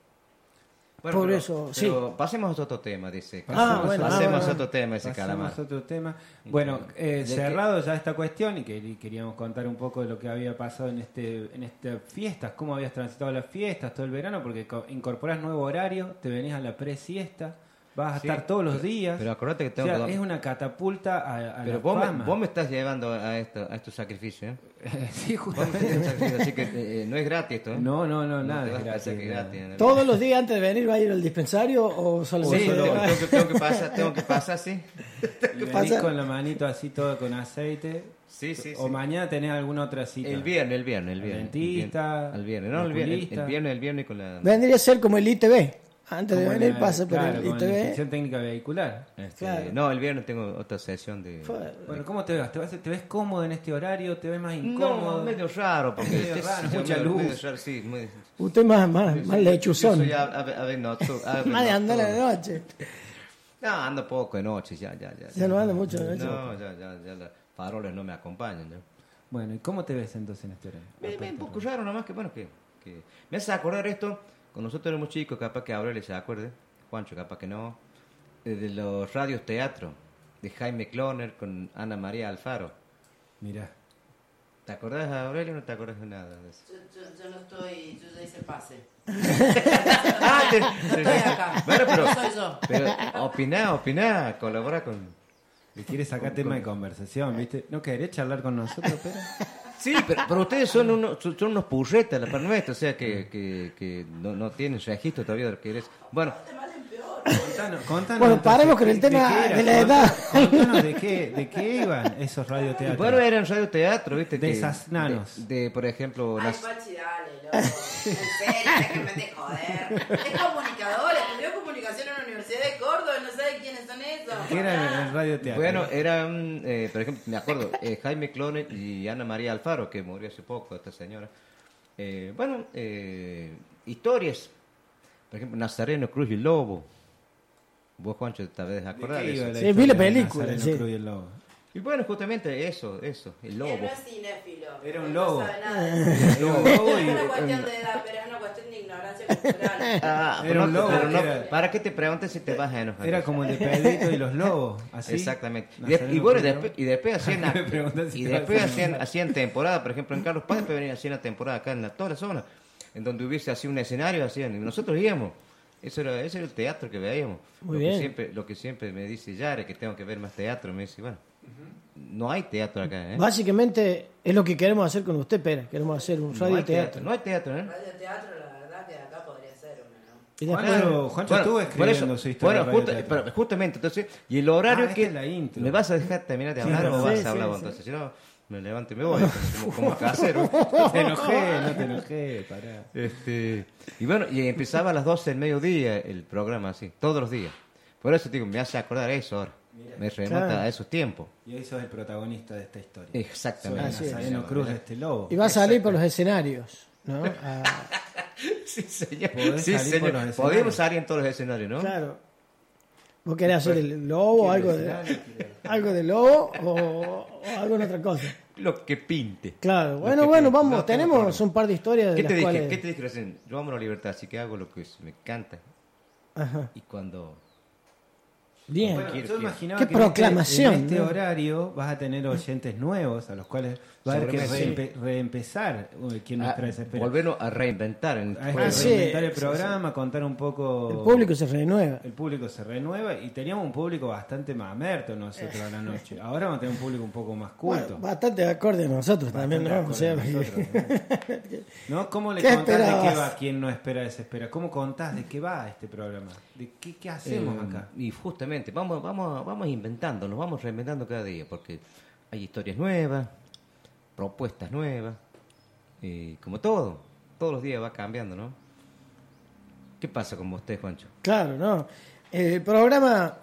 [SPEAKER 2] Bueno,
[SPEAKER 6] Por
[SPEAKER 2] pero-
[SPEAKER 6] eso, sí.
[SPEAKER 2] pero Pasemos a otro tema, dice.
[SPEAKER 5] Pasemos
[SPEAKER 2] Pasemos-
[SPEAKER 5] a-
[SPEAKER 2] pasemos
[SPEAKER 5] ah,
[SPEAKER 2] a otro tema, ese
[SPEAKER 5] pasemos
[SPEAKER 2] calamar.
[SPEAKER 5] a otro tema. Bueno, eh,
[SPEAKER 2] ¿De qué?
[SPEAKER 5] cerrado ya esta cuestión y queri- queríamos contar un poco de lo que había pasado en este en estas fiestas, cómo habías transitado las fiestas todo el verano, porque co- incorporás nuevo horario, te venís a la pre-siesta, vas a
[SPEAKER 2] Sí,
[SPEAKER 5] estar todos los
[SPEAKER 2] pero-
[SPEAKER 5] días.
[SPEAKER 2] pero acordate que
[SPEAKER 5] O
[SPEAKER 2] tengo
[SPEAKER 5] sea,
[SPEAKER 2] que-
[SPEAKER 5] es una catapulta a, a
[SPEAKER 2] Pero
[SPEAKER 5] la
[SPEAKER 2] vos me,
[SPEAKER 5] fama.
[SPEAKER 2] vos me estás llevando a, esto, a estos sacrificios, ¿eh?
[SPEAKER 5] sí,
[SPEAKER 2] justamente. Así que eh, eh, no es gratis esto, ¿eh?
[SPEAKER 5] No, no, no, nada
[SPEAKER 2] te
[SPEAKER 5] es
[SPEAKER 2] vas a
[SPEAKER 5] gratis,
[SPEAKER 2] pensar que es
[SPEAKER 5] no.
[SPEAKER 2] gratis, ¿no?
[SPEAKER 6] ¿Todos los días antes de venir va a ir al dispensario o solo
[SPEAKER 2] Sí,
[SPEAKER 6] solo-
[SPEAKER 2] tengo, tengo que, tengo que pasar, tengo que pasar, sí.
[SPEAKER 5] Y venís
[SPEAKER 6] pasa?
[SPEAKER 5] con la manito así todo con aceite.
[SPEAKER 2] Sí, sí,
[SPEAKER 5] O
[SPEAKER 2] sí.
[SPEAKER 5] mañana tenés alguna otra cita.
[SPEAKER 2] El viernes, el viernes, el viernes.
[SPEAKER 5] Dentista,
[SPEAKER 2] El viernes, no, el viernes, el
[SPEAKER 5] oculista.
[SPEAKER 2] viernes, el viernes con la...
[SPEAKER 6] Vendría a ser como el ITV. Antes de
[SPEAKER 5] Como
[SPEAKER 6] venir
[SPEAKER 5] la-
[SPEAKER 6] pasa por
[SPEAKER 5] claro,
[SPEAKER 6] el
[SPEAKER 5] con la
[SPEAKER 6] ITV.
[SPEAKER 5] inspección técnica vehicular.
[SPEAKER 2] este,
[SPEAKER 6] claro.
[SPEAKER 2] No, el viernes tengo otra sesión de...
[SPEAKER 5] Bueno, ¿cómo te ves? ¿Te ves, te ves cómodo en este horario? ¿Te ves más incómodo?
[SPEAKER 2] No, medio raro, porque
[SPEAKER 5] Medio
[SPEAKER 2] este-
[SPEAKER 5] raro,
[SPEAKER 2] yo
[SPEAKER 5] mucha
[SPEAKER 2] medio- medio
[SPEAKER 5] luz.
[SPEAKER 2] raro, sí, muy-
[SPEAKER 6] Usted es más, más,
[SPEAKER 2] yo
[SPEAKER 6] más
[SPEAKER 2] soy-
[SPEAKER 6] lechuzón.
[SPEAKER 2] Yo soy a- a- a ver, no, tú- a ver,
[SPEAKER 6] más de
[SPEAKER 2] no,
[SPEAKER 6] andar
[SPEAKER 2] tú.
[SPEAKER 6] a la noche.
[SPEAKER 2] No, ando poco de noche, ya, ya, ya.
[SPEAKER 6] Ya no ando mucho de noche.
[SPEAKER 2] No, ya, ya, ya las paroles no me acompañan. ¿no?
[SPEAKER 5] Bueno, ¿y cómo te ves entonces en este horario?
[SPEAKER 2] Me, me un poco raro nomás que, bueno, que, que- Me hace acordar esto, cuando nosotros éramos chicos, capaz que Aurelio se acuerde, Juancho capaz que no, eh, de los radios teatro, de Jaime Cloner con Ana María Alfaro.
[SPEAKER 5] Mirá.
[SPEAKER 2] ¿Te acordás de Aurelio o no te acordás de nada de eso?
[SPEAKER 9] Yo, no estoy, yo ya hice el pase.
[SPEAKER 2] Ah, te- te-
[SPEAKER 9] estoy acá.
[SPEAKER 2] Bueno, pero,
[SPEAKER 9] soy yo.
[SPEAKER 2] pero opiná, opiná, colabora con...
[SPEAKER 5] Le quiere sacar tema de conversación, ¿viste? No querés charlar con nosotros, pero...
[SPEAKER 2] Sí, pero, pero ustedes son unos, son son unos purretas, la par nuestra, o sea que, que, que no, no tienen registro todavía de lo que eres. Bueno,
[SPEAKER 5] Contanos, contanos
[SPEAKER 6] Bueno,
[SPEAKER 5] entonces,
[SPEAKER 6] paremos con el
[SPEAKER 5] ¿qué-
[SPEAKER 6] tema
[SPEAKER 5] qué era?
[SPEAKER 6] de la edad.
[SPEAKER 5] Contanos de qué, de qué iban esos radioteatros.
[SPEAKER 2] bueno, eran radio teatro, ¿viste?
[SPEAKER 5] De
[SPEAKER 2] que-
[SPEAKER 5] esas nanos.
[SPEAKER 2] De, de, por ejemplo,
[SPEAKER 9] Ay,
[SPEAKER 2] las-
[SPEAKER 9] Pachi, dale, loco. En serio, déjenme de joder. Es comunicadora, estudió comunicación en la Universidad de Córdoba, no sabe quiénes son esos.
[SPEAKER 5] ¿Qué era el, el radioteatro?
[SPEAKER 2] Bueno, eran, eh, por ejemplo, me acuerdo, eh, Jaime Clone y Ana María Alfaro, que murió hace poco, esta señora. Eh, bueno, eh, historias. Por ejemplo, Nazareno Cruz y Lobo. Vos, Juancho, tal vez acordás de
[SPEAKER 5] ¿Qué iba la
[SPEAKER 2] eso.
[SPEAKER 6] Sí,
[SPEAKER 5] historia
[SPEAKER 6] vi la
[SPEAKER 5] de
[SPEAKER 6] película,
[SPEAKER 5] Nazareno
[SPEAKER 6] sí.
[SPEAKER 5] Cruz y el Lobo?
[SPEAKER 2] Y bueno, justamente eso, eso, el
[SPEAKER 9] Él no
[SPEAKER 2] lobo.
[SPEAKER 9] es cinéfilo.
[SPEAKER 5] Era un
[SPEAKER 9] él
[SPEAKER 5] lobo.
[SPEAKER 9] No sabe nada.
[SPEAKER 5] Era un lobo y-
[SPEAKER 9] No es una cuestión de edad, pero es una cuestión de ignorancia cultural.
[SPEAKER 5] (laughs)
[SPEAKER 2] Ah,
[SPEAKER 5] Era
[SPEAKER 2] pero
[SPEAKER 5] un
[SPEAKER 2] no-
[SPEAKER 5] lobo,
[SPEAKER 2] pero no-
[SPEAKER 5] era-
[SPEAKER 2] ¿Para qué te preguntes si te vas a enojar?
[SPEAKER 5] Era como el de Pedrito y los Lobos, así.
[SPEAKER 2] Exactamente. Y, de-
[SPEAKER 5] Nazareno
[SPEAKER 2] y bueno,
[SPEAKER 5] Cruz el
[SPEAKER 2] y después, y después hacían,
[SPEAKER 5] Me preguntan si
[SPEAKER 2] y
[SPEAKER 5] te vas a
[SPEAKER 2] después hacían,
[SPEAKER 5] enojar.
[SPEAKER 2] hacían temporada, por ejemplo, en Carlos Paz, después venían hacían una temporada acá en la, toda la zona, en donde hubiese así un escenario, hacían, y nosotros íbamos. Eso era, ese era el teatro que veíamos.
[SPEAKER 6] Muy
[SPEAKER 2] lo,
[SPEAKER 6] bien.
[SPEAKER 2] Que siempre, lo que siempre me dice Yare, que tengo que ver más teatro, me dice, bueno, no hay teatro acá, ¿eh?
[SPEAKER 6] Básicamente es lo que queremos hacer con usted, Pera. Queremos hacer un
[SPEAKER 2] no hay
[SPEAKER 6] radioteatro.
[SPEAKER 2] No hay teatro, ¿eh?
[SPEAKER 9] Radio teatro, la verdad que acá podría ser una, ¿no?
[SPEAKER 6] Y
[SPEAKER 5] Juancho-
[SPEAKER 6] después-
[SPEAKER 2] eh,
[SPEAKER 5] Juancho estuvo escribiendo su historia de
[SPEAKER 2] Bueno, justa-
[SPEAKER 5] radioteatro.
[SPEAKER 2] pero justamente, entonces, y el horario
[SPEAKER 5] Ah, esta
[SPEAKER 2] que.
[SPEAKER 5] es la intro.
[SPEAKER 2] ¿Me vas a dejar terminar de
[SPEAKER 5] Sí,
[SPEAKER 2] hablar o
[SPEAKER 5] sí,
[SPEAKER 2] vas
[SPEAKER 5] sí,
[SPEAKER 2] a hablar vos?
[SPEAKER 5] sí.
[SPEAKER 2] Entonces, si no, me levanto y me voy, como, como casero.
[SPEAKER 5] No (laughs) te enojé, no te enojé, pará.
[SPEAKER 2] Este, y bueno, y empezaba a las 12 del mediodía el programa así, todos los días. Por eso, digo, me hace acordar eso ahora. Me remonta
[SPEAKER 6] Claro.
[SPEAKER 2] a esos
[SPEAKER 5] (laughs)
[SPEAKER 2] tiempos.
[SPEAKER 5] Y hoy sos el protagonista de esta historia.
[SPEAKER 2] Exactamente.
[SPEAKER 5] Soy
[SPEAKER 6] Así
[SPEAKER 5] Nazareno
[SPEAKER 2] es.
[SPEAKER 5] Cruz de este lobo.
[SPEAKER 6] Y va a salir por los escenarios,
[SPEAKER 2] (laughs)
[SPEAKER 6] ¿no? Ah, A-
[SPEAKER 2] Sí, señor.
[SPEAKER 5] Podés
[SPEAKER 2] Sí,
[SPEAKER 5] salir
[SPEAKER 2] señor.
[SPEAKER 5] por los
[SPEAKER 2] Podíamos
[SPEAKER 5] escenarios.
[SPEAKER 2] salir en todos los escenarios, ¿no?
[SPEAKER 6] Claro. ¿Vos querés hacer el lobo,
[SPEAKER 5] Quiero
[SPEAKER 6] algo
[SPEAKER 5] escenario,
[SPEAKER 6] de, (laughs)
[SPEAKER 5] quiero-
[SPEAKER 6] algo de lobo o, o alguna otra cosa?
[SPEAKER 2] Lo que pinte.
[SPEAKER 6] Claro.
[SPEAKER 2] Lo
[SPEAKER 6] Bueno,
[SPEAKER 2] que
[SPEAKER 6] bueno,
[SPEAKER 2] pinte.
[SPEAKER 6] vamos.
[SPEAKER 2] No tengo
[SPEAKER 6] tenemos
[SPEAKER 2] problema.
[SPEAKER 6] un par de historias de
[SPEAKER 2] ¿Qué te
[SPEAKER 6] las
[SPEAKER 2] dije?
[SPEAKER 6] cuales.
[SPEAKER 2] ¿Qué te dije recién? Yo amo la libertad, así que hago lo que me encanta.
[SPEAKER 6] Ajá.
[SPEAKER 2] Y cuando...
[SPEAKER 6] Bien.
[SPEAKER 2] Bueno,
[SPEAKER 5] Yo imaginaba
[SPEAKER 6] Qué
[SPEAKER 5] que en este-
[SPEAKER 6] proclamación,
[SPEAKER 5] En este,
[SPEAKER 6] ¿no?
[SPEAKER 5] horario vas a tener oyentes nuevos a los cuales va a haber que
[SPEAKER 2] Seguramente.
[SPEAKER 5] reempe- reempezar uy, quien
[SPEAKER 2] Ah,
[SPEAKER 5] nos trae esa espera.
[SPEAKER 2] volvernos a reinventar en
[SPEAKER 5] A
[SPEAKER 6] Ah,
[SPEAKER 5] reinventar
[SPEAKER 6] sí,
[SPEAKER 5] el
[SPEAKER 6] sí,
[SPEAKER 5] programa, contar un poco.
[SPEAKER 6] El público se renueva.
[SPEAKER 5] El público se renueva y teníamos un público bastante mamerto nosotros a
[SPEAKER 6] (laughs)
[SPEAKER 5] la noche. Ahora vamos a tener un público un poco más culto.
[SPEAKER 6] Bueno, bastante acorde a nosotros también, ¿no? O
[SPEAKER 5] Bastante
[SPEAKER 6] sea,
[SPEAKER 5] acorde a ¿No? ¿Cómo le
[SPEAKER 6] ¿Qué
[SPEAKER 5] contás de qué
[SPEAKER 6] esperabas?
[SPEAKER 5] va quien no espera desespera? ¿Cómo contás de qué va este programa? ¿De qué, qué hacemos
[SPEAKER 2] Eh,
[SPEAKER 5] acá?
[SPEAKER 2] Y justamente, vamos, vamos, vamos inventando, nos vamos reinventando cada día, porque hay historias nuevas, propuestas nuevas, y como todo, todos los días va cambiando, ¿no? ¿Qué pasa con usted, Juancho?
[SPEAKER 6] (laughs) Claro, ¿no? El programa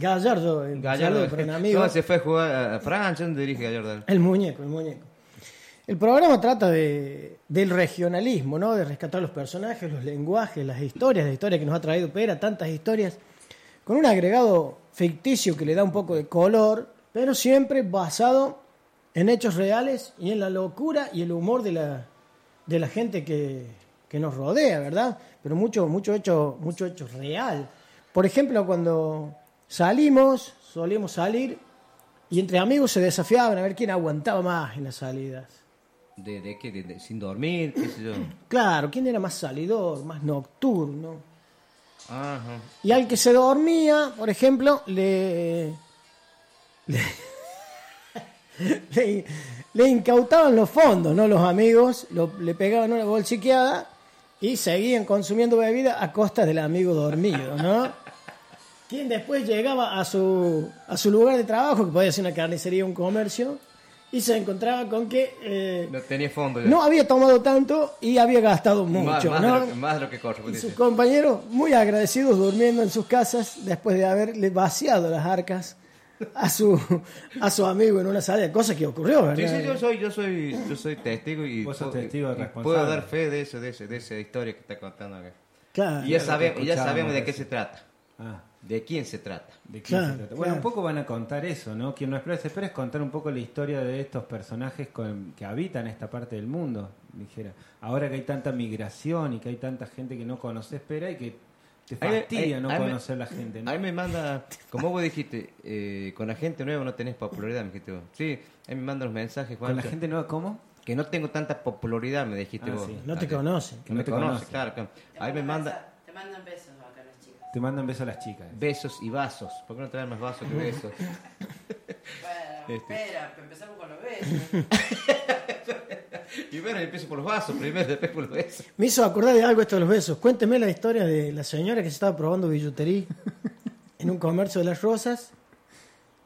[SPEAKER 6] Gallardo, el
[SPEAKER 2] (laughs)
[SPEAKER 6] saludo para un amigo.
[SPEAKER 2] No, se fue a jugar a- a Francia, ¿dónde dirige Gallardo?
[SPEAKER 6] El muñeco, el muñeco. El programa trata de, del regionalismo, ¿no? De rescatar los personajes, los lenguajes, las historias, las historias que nos ha traído Pera, tantas historias, con un agregado ficticio que le da un poco de color, pero siempre basado en hechos reales y en la locura y el humor de la, de la gente que, que nos rodea, ¿verdad? Pero mucho, mucho hecho, mucho hecho real. Por ejemplo, cuando salimos, solíamos salir y entre amigos se desafiaban a ver quién aguantaba más en las salidas.
[SPEAKER 2] De, de, qué? de- de- sin dormir, qué sé yo.
[SPEAKER 6] Claro, quién era más salidor, más nocturno.
[SPEAKER 2] Ajá.
[SPEAKER 6] Y al que se dormía, por ejemplo, le. Le, (laughs) le- le incautaban los fondos, ¿no? Los amigos lo- le pegaban una bolsiqueada y seguían consumiendo bebida a costa del amigo dormido, ¿no? Quien después llegaba a su, a su lugar de trabajo, que podía ser una carnicería o un comercio, y se encontraba con que eh,
[SPEAKER 2] No tenía fondo. ya.
[SPEAKER 6] no había tomado tanto y había gastado
[SPEAKER 2] Más-
[SPEAKER 6] mucho,
[SPEAKER 2] más,
[SPEAKER 6] ¿no?
[SPEAKER 2] de lo, más de lo que corre.
[SPEAKER 6] Y sus compañeros, muy agradecidos, durmiendo en sus casas después de haberle vaciado las arcas a su, a su amigo en una salida, cosa que ocurrió,
[SPEAKER 2] Sí,
[SPEAKER 6] ¿verdad?
[SPEAKER 2] sí, yo soy, yo soy, yo soy testigo y,
[SPEAKER 5] sos
[SPEAKER 2] puedo-
[SPEAKER 5] testigo
[SPEAKER 2] y
[SPEAKER 5] responsable.
[SPEAKER 2] puedo dar fe de eso, de, ese- de esa historia que está contando acá.
[SPEAKER 6] Claro.
[SPEAKER 2] y ya,
[SPEAKER 5] Claro,
[SPEAKER 2] sabe-
[SPEAKER 5] lo
[SPEAKER 2] y ya
[SPEAKER 5] escuchamos,
[SPEAKER 2] sabemos de qué
[SPEAKER 5] parece.
[SPEAKER 2] se trata. ¿De quién se trata?
[SPEAKER 5] Ah, ¿De quién se
[SPEAKER 6] Claro,
[SPEAKER 5] trata? Bueno, un
[SPEAKER 6] claro.
[SPEAKER 5] poco van a contar eso, ¿no? Quien no espera, se espera es contar un poco la historia de estos personajes con- que habitan esta parte del mundo, dijera. Ahora que hay tanta migración y que hay tanta gente que no conoce, espera y que te
[SPEAKER 2] Ahí me-
[SPEAKER 5] fastidia
[SPEAKER 2] ahí-
[SPEAKER 5] no
[SPEAKER 2] ahí me-
[SPEAKER 5] conocer la gente, ¿no?
[SPEAKER 2] Ahí me manda, como vos dijiste, eh, con la gente nueva no tenés popularidad, me dijiste vos. Sí, ahí me manda los mensajes,
[SPEAKER 5] ¿Con la
[SPEAKER 2] Juancho.
[SPEAKER 5] gente nueva cómo?
[SPEAKER 2] Que no tengo tanta popularidad, me dijiste
[SPEAKER 5] Ah,
[SPEAKER 2] vos.
[SPEAKER 5] sí.
[SPEAKER 6] No te
[SPEAKER 2] Dale.
[SPEAKER 6] conocen.
[SPEAKER 2] Que no te conoce, claro. claro. Ahí me manda
[SPEAKER 9] Te mandan besos acá las chicas.
[SPEAKER 5] Te mandan besos las chicas.
[SPEAKER 2] besos y vasos. ¿Por qué no traer más vasos que besos?
[SPEAKER 9] Bueno,
[SPEAKER 2] Este.
[SPEAKER 9] espera, empezamos con los besos.
[SPEAKER 5] (laughs)
[SPEAKER 2] y bueno, empiezo por los vasos primero, (laughs) después por los besos.
[SPEAKER 6] Me hizo acordar de algo esto de los besos. Cuénteme la historia de la señora que se estaba probando
[SPEAKER 2] (laughs)
[SPEAKER 6] billutería en un comercio de las rosas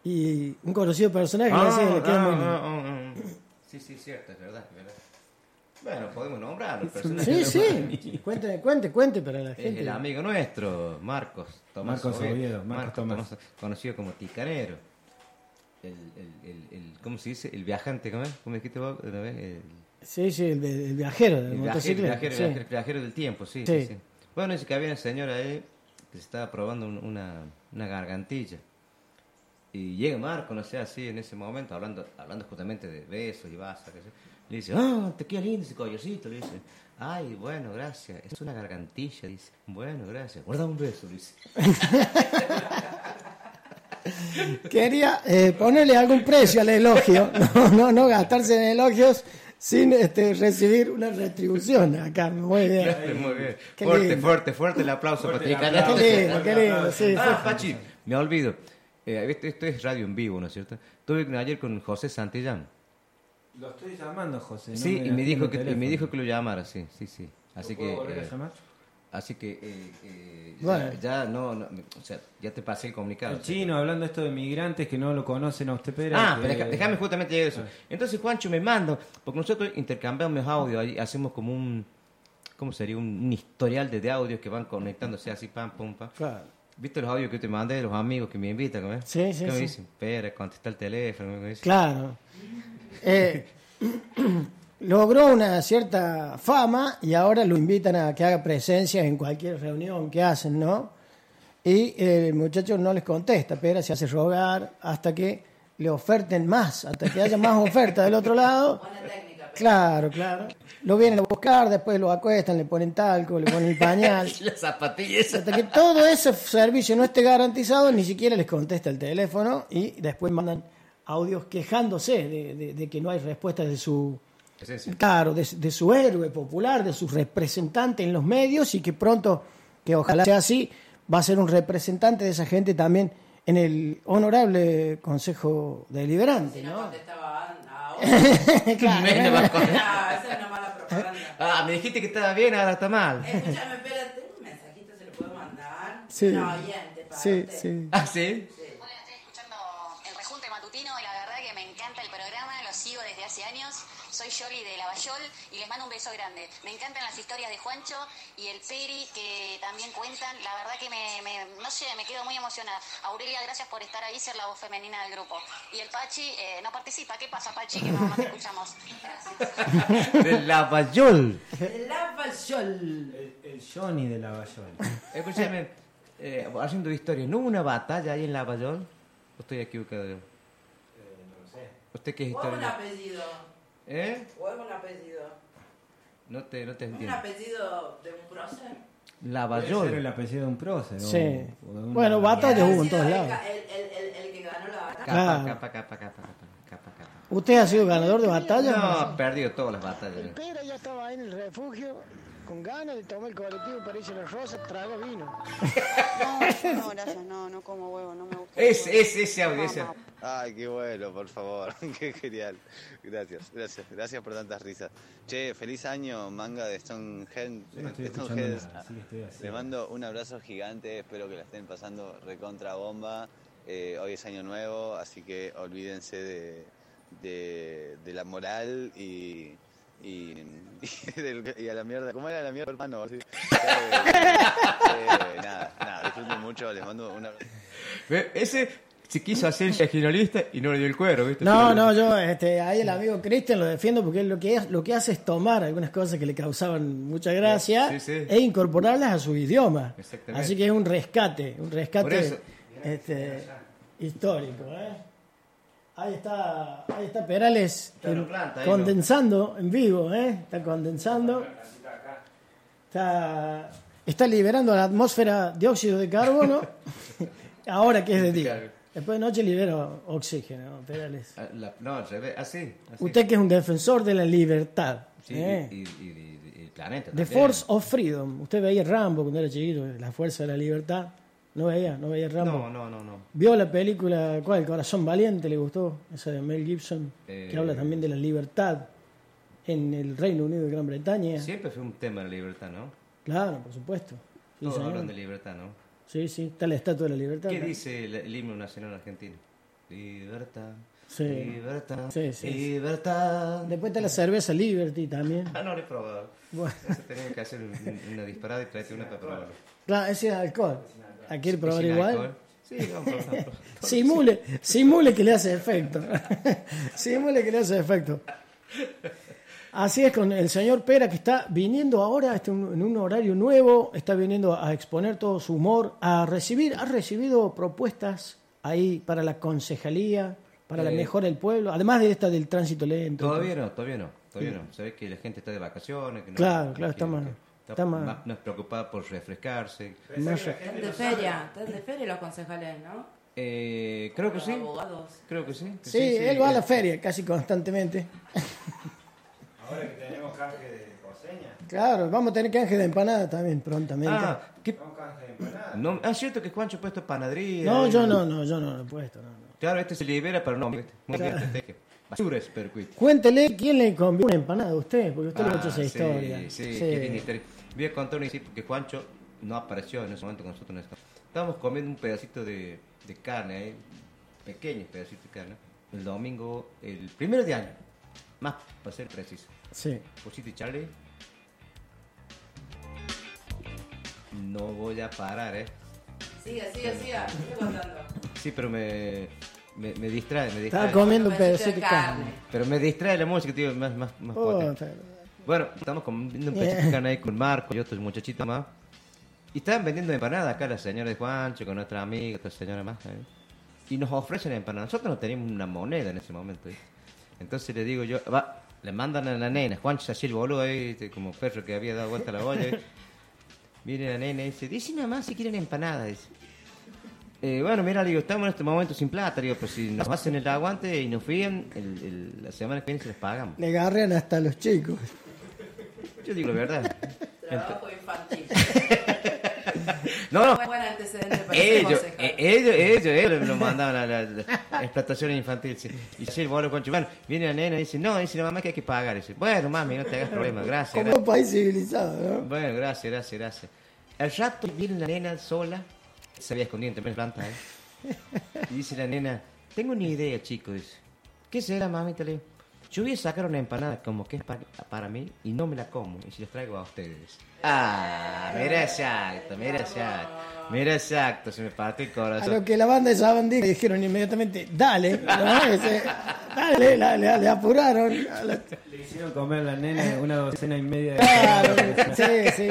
[SPEAKER 6] y un conocido personaje
[SPEAKER 2] Ah,
[SPEAKER 6] le decía que le queda muy lindo.
[SPEAKER 2] Sí, sí, cierto, es verdad, es verdad. Bueno, podemos nombrarlo.
[SPEAKER 6] Sí,
[SPEAKER 2] personajes. (laughs)
[SPEAKER 6] sí. Cuente, cuente, cuente para la
[SPEAKER 2] Es
[SPEAKER 6] gente.
[SPEAKER 2] el amigo nuestro, Marcos Tomás
[SPEAKER 5] Marcos
[SPEAKER 2] Oviedo.
[SPEAKER 5] Oviedo, Marcos Tomás.
[SPEAKER 2] Tomás, conocido como Ticanero. El, el, el, el- ¿Cómo se dice? El viajante, ¿cómo es? ¿Cómo dijiste vos? una vez? El,
[SPEAKER 6] Sí, sí, el, el viajero del
[SPEAKER 2] el viajero, el
[SPEAKER 6] motocicleta.
[SPEAKER 2] viajero,
[SPEAKER 6] sí.
[SPEAKER 2] viajero- viajero del tiempo, sí,
[SPEAKER 6] Sí.
[SPEAKER 2] sí, sí. Bueno, dice que había una señora ahí que se estaba probando un- una, una gargantilla. Y llega Marco, no sé, así en ese momento, hablando, hablando justamente de besos y vasos. qué sé yo. Le dice, ah, te queda lindo ese collarcito", le dice. Ay, bueno, gracias. Es una gargantilla, dice. Bueno, gracias. Guarda un beso, le dice.
[SPEAKER 6] Quería eh, ponerle algún precio al elogio, (laughs) no, no, no gastarse en elogios sin este, recibir una retribución acá. Muy bien.
[SPEAKER 2] (laughs) Muy bien.
[SPEAKER 6] eh, Qué
[SPEAKER 2] fuerte,
[SPEAKER 6] lindo.
[SPEAKER 2] fuerte, fuerte el aplauso
[SPEAKER 6] Fuerte
[SPEAKER 2] para
[SPEAKER 6] el
[SPEAKER 2] ti.
[SPEAKER 6] aplauso, Qué lindo, fuerte el qué lindo, aplauso. sí,
[SPEAKER 2] Ah,
[SPEAKER 6] sí.
[SPEAKER 2] Pachi, me olvido. Eh, esto, esto es radio en vivo, ¿no es cierto? Tuve ayer con José Santillán.
[SPEAKER 5] Lo estoy llamando, José.
[SPEAKER 2] sí, y me dijo que y me dijo que lo llamara, sí, sí, sí. Así
[SPEAKER 5] ¿Lo puedo
[SPEAKER 2] que eh,
[SPEAKER 5] volver a llamar?
[SPEAKER 2] así que eh, eh, ya-
[SPEAKER 5] Bueno.
[SPEAKER 2] ya, no, no, o sea, ya te pasé el comunicado.
[SPEAKER 5] El chino hablando esto de migrantes que no lo conocen a usted, pero...
[SPEAKER 2] Ah,
[SPEAKER 5] que- Ah.
[SPEAKER 2] pero deja- déjame justamente llegar a eso. Entonces, Juancho, me manda, porque nosotros intercambiamos audio, ahí hacemos como un, ¿cómo sería? Un, un historial de, de audios que van conectándose así, pam, pum, pam. ¿Viste los audios que te mandé de los amigos que me invitan? ¿cómo es?
[SPEAKER 6] Sí, sí,
[SPEAKER 2] Que me
[SPEAKER 6] sí.
[SPEAKER 2] dicen, espera, contesta el teléfono. me dicen.
[SPEAKER 6] Claro. Eh, (clears throat) logró una cierta fama y ahora lo invitan a que haga presencia en cualquier reunión que hacen, ¿no? Y eh, el muchacho no les contesta, pero se hace rogar hasta que le oferten más, hasta que haya más oferta del otro lado. Claro, claro. Lo vienen a buscar, después lo acuestan, le ponen talco, le ponen el pañal.
[SPEAKER 2] Las zapatillas.
[SPEAKER 6] Hasta que todo ese servicio no esté garantizado, ni siquiera les contesta el teléfono y después mandan audios quejándose de, de- de que no hay respuesta de su
[SPEAKER 2] Presencia.
[SPEAKER 6] claro, de, de su héroe popular, de su representante en los medios y que pronto, que ojalá sea así, va a ser un representante de esa gente también en el honorable Consejo Deliberante. ¿no? (laughs)
[SPEAKER 2] (laughs)
[SPEAKER 6] Claro.
[SPEAKER 2] Menos va a con-
[SPEAKER 9] Ah, esa es una mala propaganda.
[SPEAKER 2] Ah, me dijiste que estaba bien, ahora está mal.
[SPEAKER 6] (laughs)
[SPEAKER 9] Escúchame, espérate, un mensajito se lo puedo mandar.
[SPEAKER 2] Sí.
[SPEAKER 9] No, bien, te pago.
[SPEAKER 6] Sí, sí.
[SPEAKER 2] Ah, sí.
[SPEAKER 11] El rejunte matutino y la verdad que me encanta el programa, lo sigo desde hace años. Soy Yoli de Lavallol y les mando un beso grande. Me encantan las historias de Juancho y el Peri que también cuentan. La verdad que me, me- no sé, me quedo muy emocionada. Aurelia, gracias por estar ahí, ser la voz femenina del grupo. Y el Pachi eh, no participa. ¿Qué pasa, Pachi? Que no, no te escuchamos.
[SPEAKER 2] De Lavallol.
[SPEAKER 9] Lavallol.
[SPEAKER 5] El, el Johnny de
[SPEAKER 2] (laughs)
[SPEAKER 5] Lavallol.
[SPEAKER 2] Escúchame, eh, haciendo historia, ¿no hubo una batalla ahí en Lavallol? ¿O estoy equivocado yo? ¿Usted qué es
[SPEAKER 9] ¿O es un
[SPEAKER 2] historia?
[SPEAKER 9] apellido?
[SPEAKER 2] ¿Eh?
[SPEAKER 9] ¿O es un apellido?
[SPEAKER 2] No te, no te
[SPEAKER 9] ¿Un
[SPEAKER 2] entiendo.
[SPEAKER 9] apellido de un prócer?
[SPEAKER 2] Lavallol.
[SPEAKER 5] Ese era el apellido de un prócer. o-
[SPEAKER 6] Sí.
[SPEAKER 5] o de una-
[SPEAKER 6] Bueno, batallas hubo en todos
[SPEAKER 9] El,
[SPEAKER 6] lados.
[SPEAKER 9] el- el- el que ganó la batalla.
[SPEAKER 6] Claro.
[SPEAKER 2] Capa, capa, capa, capa, capa, capa.
[SPEAKER 6] ¿Usted ha sido ganador de batallas?
[SPEAKER 2] No, he perdido todas las batallas.
[SPEAKER 1] Pero ya estaba ahí en el refugio, con ganas de tomar el colectivo para irse a las rosas, trago vino.
[SPEAKER 12] No, no, gracias, no, no como huevo, no me gusta.
[SPEAKER 2] Es, es, ese audio. ese.
[SPEAKER 13] Ay, qué bueno, por favor. (laughs) Qué genial. Gracias, gracias, gracias por tantas risas. Che, feliz año, manga de Stonehenge.
[SPEAKER 5] Yo no estoy escuchando
[SPEAKER 13] Stonehenge.
[SPEAKER 5] nada, sí, estoy así.
[SPEAKER 13] Le mando un abrazo gigante, espero que la estén pasando recontra bomba. Eh, hoy es año nuevo, así que olvídense de, de, de la moral y, y, (laughs) y del- y a la mierda. ¿Cómo era la mierda, hermano? Así. Eh, eh, nada, nada, disfruten mucho, les mando un abrazo.
[SPEAKER 2] Ve, Ese se quiso hacer el regionalista y no le dio el cuero, ¿viste?
[SPEAKER 6] Mm. No, no, yo este, ahí el amigo Cristian lo defiendo porque él lo que, es- lo que hace es tomar algunas cosas que le causaban mucha gracia
[SPEAKER 2] Sí, sí.
[SPEAKER 6] e incorporarlas a su idioma.
[SPEAKER 2] Exactamente.
[SPEAKER 6] Así que es un rescate, un
[SPEAKER 2] Por eso.
[SPEAKER 6] rescate este, histórico. ¿eh? Ahí está, ahí está Perales
[SPEAKER 2] Está en
[SPEAKER 6] en-
[SPEAKER 2] Atlanta, ahí, ¿no?
[SPEAKER 6] condensando en vivo, ¿eh? está condensando, está, está liberando a la atmósfera dióxido de
[SPEAKER 2] (laughs)
[SPEAKER 6] carbono ahora que es de día. Después de noche libero oxígeno, Perales.
[SPEAKER 2] Ah, la- no, al revés, así. así.
[SPEAKER 6] Usted que es un defensor de la libertad.
[SPEAKER 2] Sí,
[SPEAKER 6] ¿eh?
[SPEAKER 2] y, y- y- y- y el planeta.
[SPEAKER 6] The
[SPEAKER 2] también.
[SPEAKER 6] Force of Freedom. Usted veía Rambo cuando era chiquito, la fuerza de la libertad. ¿No veía? ¿No veía Rambo?
[SPEAKER 2] No, no, no, no.
[SPEAKER 6] ¿Vio la película, cuál? Corazón Valiente, le gustó, esa de Mel Gibson,
[SPEAKER 2] Eh.
[SPEAKER 6] que habla también de la libertad en el Reino Unido y Gran Bretaña.
[SPEAKER 2] Siempre fue un tema de la libertad, ¿no?
[SPEAKER 6] Claro, por supuesto. Sí,
[SPEAKER 2] Todos
[SPEAKER 6] señor.
[SPEAKER 2] hablan de libertad, ¿no?
[SPEAKER 6] sí, sí, está la estatua de la libertad.
[SPEAKER 2] ¿Qué
[SPEAKER 6] ¿no?
[SPEAKER 2] dice el, el himno nacional argentino? Libertad.
[SPEAKER 6] Sí.
[SPEAKER 2] Libertad.
[SPEAKER 6] Sí, sí, sí.
[SPEAKER 2] Libertad.
[SPEAKER 6] Después está la cerveza Liberty también.
[SPEAKER 2] Ah, no lo he probado.
[SPEAKER 6] Bueno.
[SPEAKER 2] Eso tenía que hacer un- un- una disparada y traerte una para probarlo.
[SPEAKER 6] Claro, ese es alcohol. ¿La quiere
[SPEAKER 2] ¿Es
[SPEAKER 6] probar
[SPEAKER 2] sin
[SPEAKER 6] igual?
[SPEAKER 2] alcohol? Sí, vamos a probar.
[SPEAKER 6] (laughs) simule, simule que le hace efecto. (laughs) simule que le hace efecto. Así es con el señor Pera que está viniendo ahora este, un- en un horario nuevo, está viniendo a exponer todo su humor, a recibir, ha recibido propuestas ahí para la concejalía, para la
[SPEAKER 2] Eh.
[SPEAKER 6] mejora del pueblo, además de esta del tránsito lento. y
[SPEAKER 2] Todavía
[SPEAKER 6] todo.
[SPEAKER 2] no, todavía no, todavía no. Sabés que la gente está de vacaciones. Que no-
[SPEAKER 6] Claro,
[SPEAKER 2] que-
[SPEAKER 6] claro, está
[SPEAKER 2] que-
[SPEAKER 6] más-
[SPEAKER 2] que
[SPEAKER 6] está más-
[SPEAKER 2] más- más preocupada por refrescarse.
[SPEAKER 6] Más-
[SPEAKER 9] Están de feria, están de feria los concejales, ¿no?
[SPEAKER 2] Eh, creo que
[SPEAKER 9] Los
[SPEAKER 2] sí.
[SPEAKER 9] abogados.
[SPEAKER 2] Creo que sí. que
[SPEAKER 6] Sí, él va a la
[SPEAKER 2] eh,
[SPEAKER 6] feria casi constantemente.
[SPEAKER 5] Ahora que tenemos canje de coseña.
[SPEAKER 6] Claro, vamos a tener canje de empanada también prontamente.
[SPEAKER 2] Ah, ¿qué? No, ah, cierto que Juancho ha puesto panadería.
[SPEAKER 6] no,
[SPEAKER 2] eh.
[SPEAKER 6] yo no, no, yo no lo he puesto. no.
[SPEAKER 2] Claro, este se libera, pero no. ¿viste? Muy bien,
[SPEAKER 6] Claro.
[SPEAKER 2] estrategia. Basura es percuit.
[SPEAKER 6] Cuéntele quién le convió una empanada a usted, porque usted le ha hecho esa
[SPEAKER 2] Ah, sí,
[SPEAKER 6] historia.
[SPEAKER 2] Sí,
[SPEAKER 6] Sí.
[SPEAKER 2] qué linda historia. Voy a contar una historia porque Juancho no apareció en ese momento con nosotros. no estaba. Estábamos comiendo un pedacito de, de carne, eh, pequeño pedacito de carne, el domingo, el primero de año, más para ser preciso.
[SPEAKER 6] Sí.
[SPEAKER 2] Posito y Charlie. No voy a parar, eh.
[SPEAKER 9] Siga, siga, siga. Sigue contando.
[SPEAKER 2] Sí, pero me, me, me distrae, me distrae.
[SPEAKER 6] Estaba comiendo un
[SPEAKER 9] Pedacito de
[SPEAKER 6] pedacito de
[SPEAKER 9] carne.
[SPEAKER 6] carne.
[SPEAKER 2] Pero me distrae la música, tío, más, más, más
[SPEAKER 6] Oh,
[SPEAKER 2] potente. Bueno, estamos comiendo un pedacito de carne ahí con Marco y otros muchachitos más. Y estaban vendiendo empanadas acá la señora de Juancho con otra amiga, otra señora más. ¿eh? Y nos ofrecen empanadas. Nosotros no teníamos una moneda en ese momento. ¿eh? Entonces le digo yo, va, le mandan a la nena. Juancho se hacía el boludo ahí, este, como perro que había dado vuelta a la olla. ¿eh? Viene la nena y dice, dice nada más si quieren empanadas. dice. Eh, bueno, mira, le digo, estamos en este momento sin plata. le digo, pero si nos hacen el aguante y nos frían, el- el- la semana que viene se les pagamos.
[SPEAKER 6] Le agarran hasta los chicos.
[SPEAKER 2] Yo digo la verdad.
[SPEAKER 9] Trabajo infantil.
[SPEAKER 6] (laughs)
[SPEAKER 2] No, no.
[SPEAKER 9] Buen antecedente para ser
[SPEAKER 2] Ellos,
[SPEAKER 9] concejal.
[SPEAKER 2] eh, ellos, ellos, ellos lo mandaban a la, la explotación infantil. sí. Y sí, el boludo con chupán. Viene la nena y dice, no, dice la mamá que hay que pagar. Dice, bueno, mami, no te hagas problema, gracias.
[SPEAKER 6] Como
[SPEAKER 2] gracias.
[SPEAKER 6] un país civilizado, ¿no?
[SPEAKER 2] Bueno, gracias, gracias, gracias. Al rato viene la nena sola. Se había escondido entre tres plantas, ¿eh? Y dice la nena, tengo una idea, chicos. Dice, ¿qué será, mami? Te leo. Yo voy a sacar una empanada como que es pa- para mí y no me la como y se las traigo a ustedes. Ah, mira exacto, mira exacto. Mira exacto, se me parte el
[SPEAKER 6] A
[SPEAKER 2] corazón.
[SPEAKER 6] lo que la banda de Sabandí dijeron inmediatamente, dale, ¿no? (laughs) Ese, dale, la- la- le apuraron. a la-
[SPEAKER 5] Le hicieron comer a la nena una docena y media de
[SPEAKER 2] (laughs)
[SPEAKER 5] (laughs)
[SPEAKER 6] Sí, sí.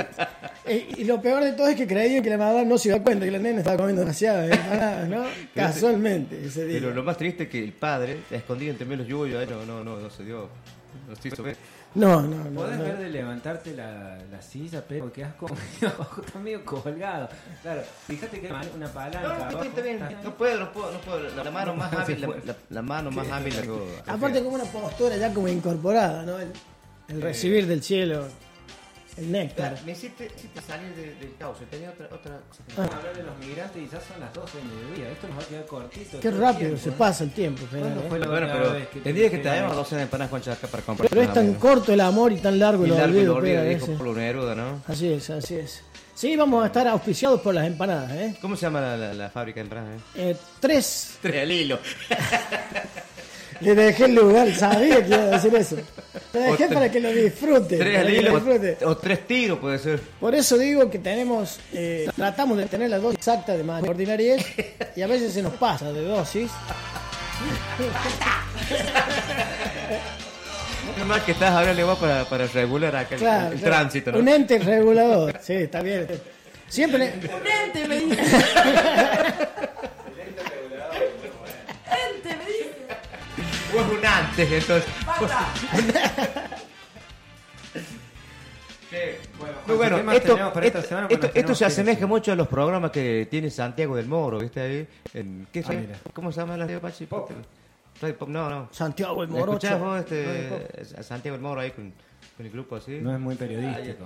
[SPEAKER 6] Y, y lo peor de todo es que creían que la mamá no se iba a cuenta que la nena estaba comiendo demasiadas empanadas, ¿no? Casualmente ese día.
[SPEAKER 2] ¿eh? Pero lo más triste es que el padre, escondido entre medio de los yuyos, ahí no, no, no, no se dio. No se hizo ver.
[SPEAKER 6] No, no, no.
[SPEAKER 5] Podés
[SPEAKER 6] no.
[SPEAKER 5] ver de levantarte la, la silla, pero porque (laughs) has comido abajo, estás medio colgado. Claro, fíjate que hay una palanca.
[SPEAKER 2] No, no,
[SPEAKER 5] abajo,
[SPEAKER 2] está bien.
[SPEAKER 5] está-
[SPEAKER 2] No puedo, no puedo, no puedo. La, la mano más hábil, la, la- la mano más hábil. la puedo hacer.
[SPEAKER 6] Aparte Ah, como una postura ya como incorporada, ¿no? El, el recibir del cielo, el néctar.
[SPEAKER 2] Me hiciste, hiciste salir de- del cauce. Tenía otra, otra.
[SPEAKER 6] Ah.
[SPEAKER 5] Vamos a hablar de los migrantes y ya son las 12 del mediodía. Esto nos va a quedar cortito.
[SPEAKER 6] Qué
[SPEAKER 5] todo el
[SPEAKER 6] rápido
[SPEAKER 5] tiempo,
[SPEAKER 6] se
[SPEAKER 5] ¿no?
[SPEAKER 6] pasa el tiempo, Fernando,
[SPEAKER 5] ¿Cuándo
[SPEAKER 6] eh?
[SPEAKER 5] fue la
[SPEAKER 2] Bueno,
[SPEAKER 5] última vez
[SPEAKER 2] pero
[SPEAKER 5] te-
[SPEAKER 2] el día que
[SPEAKER 5] te-
[SPEAKER 2] traemos 12 de empanadas con chasca para comprar.
[SPEAKER 6] Pero es tan
[SPEAKER 2] amigo.
[SPEAKER 6] corto el amor y tan largo
[SPEAKER 2] Y
[SPEAKER 6] el
[SPEAKER 2] largo y
[SPEAKER 6] olvido,
[SPEAKER 2] dolorido,
[SPEAKER 6] Pera,
[SPEAKER 2] dijo
[SPEAKER 6] ese.
[SPEAKER 2] Pablo Neruda, ¿no?
[SPEAKER 6] Así es, así es. Sí, vamos a estar auspiciados por las empanadas, ¿eh?
[SPEAKER 2] ¿Cómo se llama la, la- la fábrica de empanadas? eh?
[SPEAKER 6] Eh, tres.
[SPEAKER 2] Tres al hilo.
[SPEAKER 6] Le dejé el lugar, sabía que iba a decir eso. Le
[SPEAKER 2] O
[SPEAKER 6] dejé
[SPEAKER 2] tre-
[SPEAKER 6] para que lo disfrute.
[SPEAKER 2] Tres
[SPEAKER 6] para
[SPEAKER 2] al
[SPEAKER 6] que
[SPEAKER 2] hilo
[SPEAKER 6] lo disfrute.
[SPEAKER 2] o, o tres tiros puede ser.
[SPEAKER 6] Por eso digo que tenemos, eh, tratamos de tener las dos exactas de más ordinariedad y a veces se nos pasa de dosis.
[SPEAKER 2] Es más que estás ahora le va para, para regular acá el-
[SPEAKER 6] Claro,
[SPEAKER 2] el,
[SPEAKER 6] claro.
[SPEAKER 2] tránsito, ¿no?
[SPEAKER 6] Un e- ente regulador, sí, está bien. Siempre.
[SPEAKER 9] Un ente me
[SPEAKER 2] (laughs)
[SPEAKER 9] dice. Ente me dice.
[SPEAKER 2] O es un antes, entonces.
[SPEAKER 9] Basta.
[SPEAKER 5] Bueno, Juanse,
[SPEAKER 2] Pero bueno,
[SPEAKER 5] ¿qué más tenemos
[SPEAKER 2] esto,
[SPEAKER 5] para esta
[SPEAKER 2] esto-
[SPEAKER 5] semana? Porque
[SPEAKER 2] esto-
[SPEAKER 5] nos
[SPEAKER 2] esto
[SPEAKER 5] tenemos
[SPEAKER 2] se
[SPEAKER 5] que
[SPEAKER 2] asemeja mucho a los programas que tiene Santiago del Moro, ¿viste ahí? En- ¿qué
[SPEAKER 5] Ah,
[SPEAKER 2] fue?
[SPEAKER 5] mira.
[SPEAKER 2] ¿Cómo se llama la radio Pachi? Radio Pop, no, no.
[SPEAKER 6] Santiago el
[SPEAKER 2] ¿Me
[SPEAKER 6] Morocho.
[SPEAKER 2] escuchás vos, este,
[SPEAKER 6] Radio
[SPEAKER 2] a Santiago el Moro ahí con, con el grupo así?
[SPEAKER 5] No es muy
[SPEAKER 2] Ahí-
[SPEAKER 5] periodístico.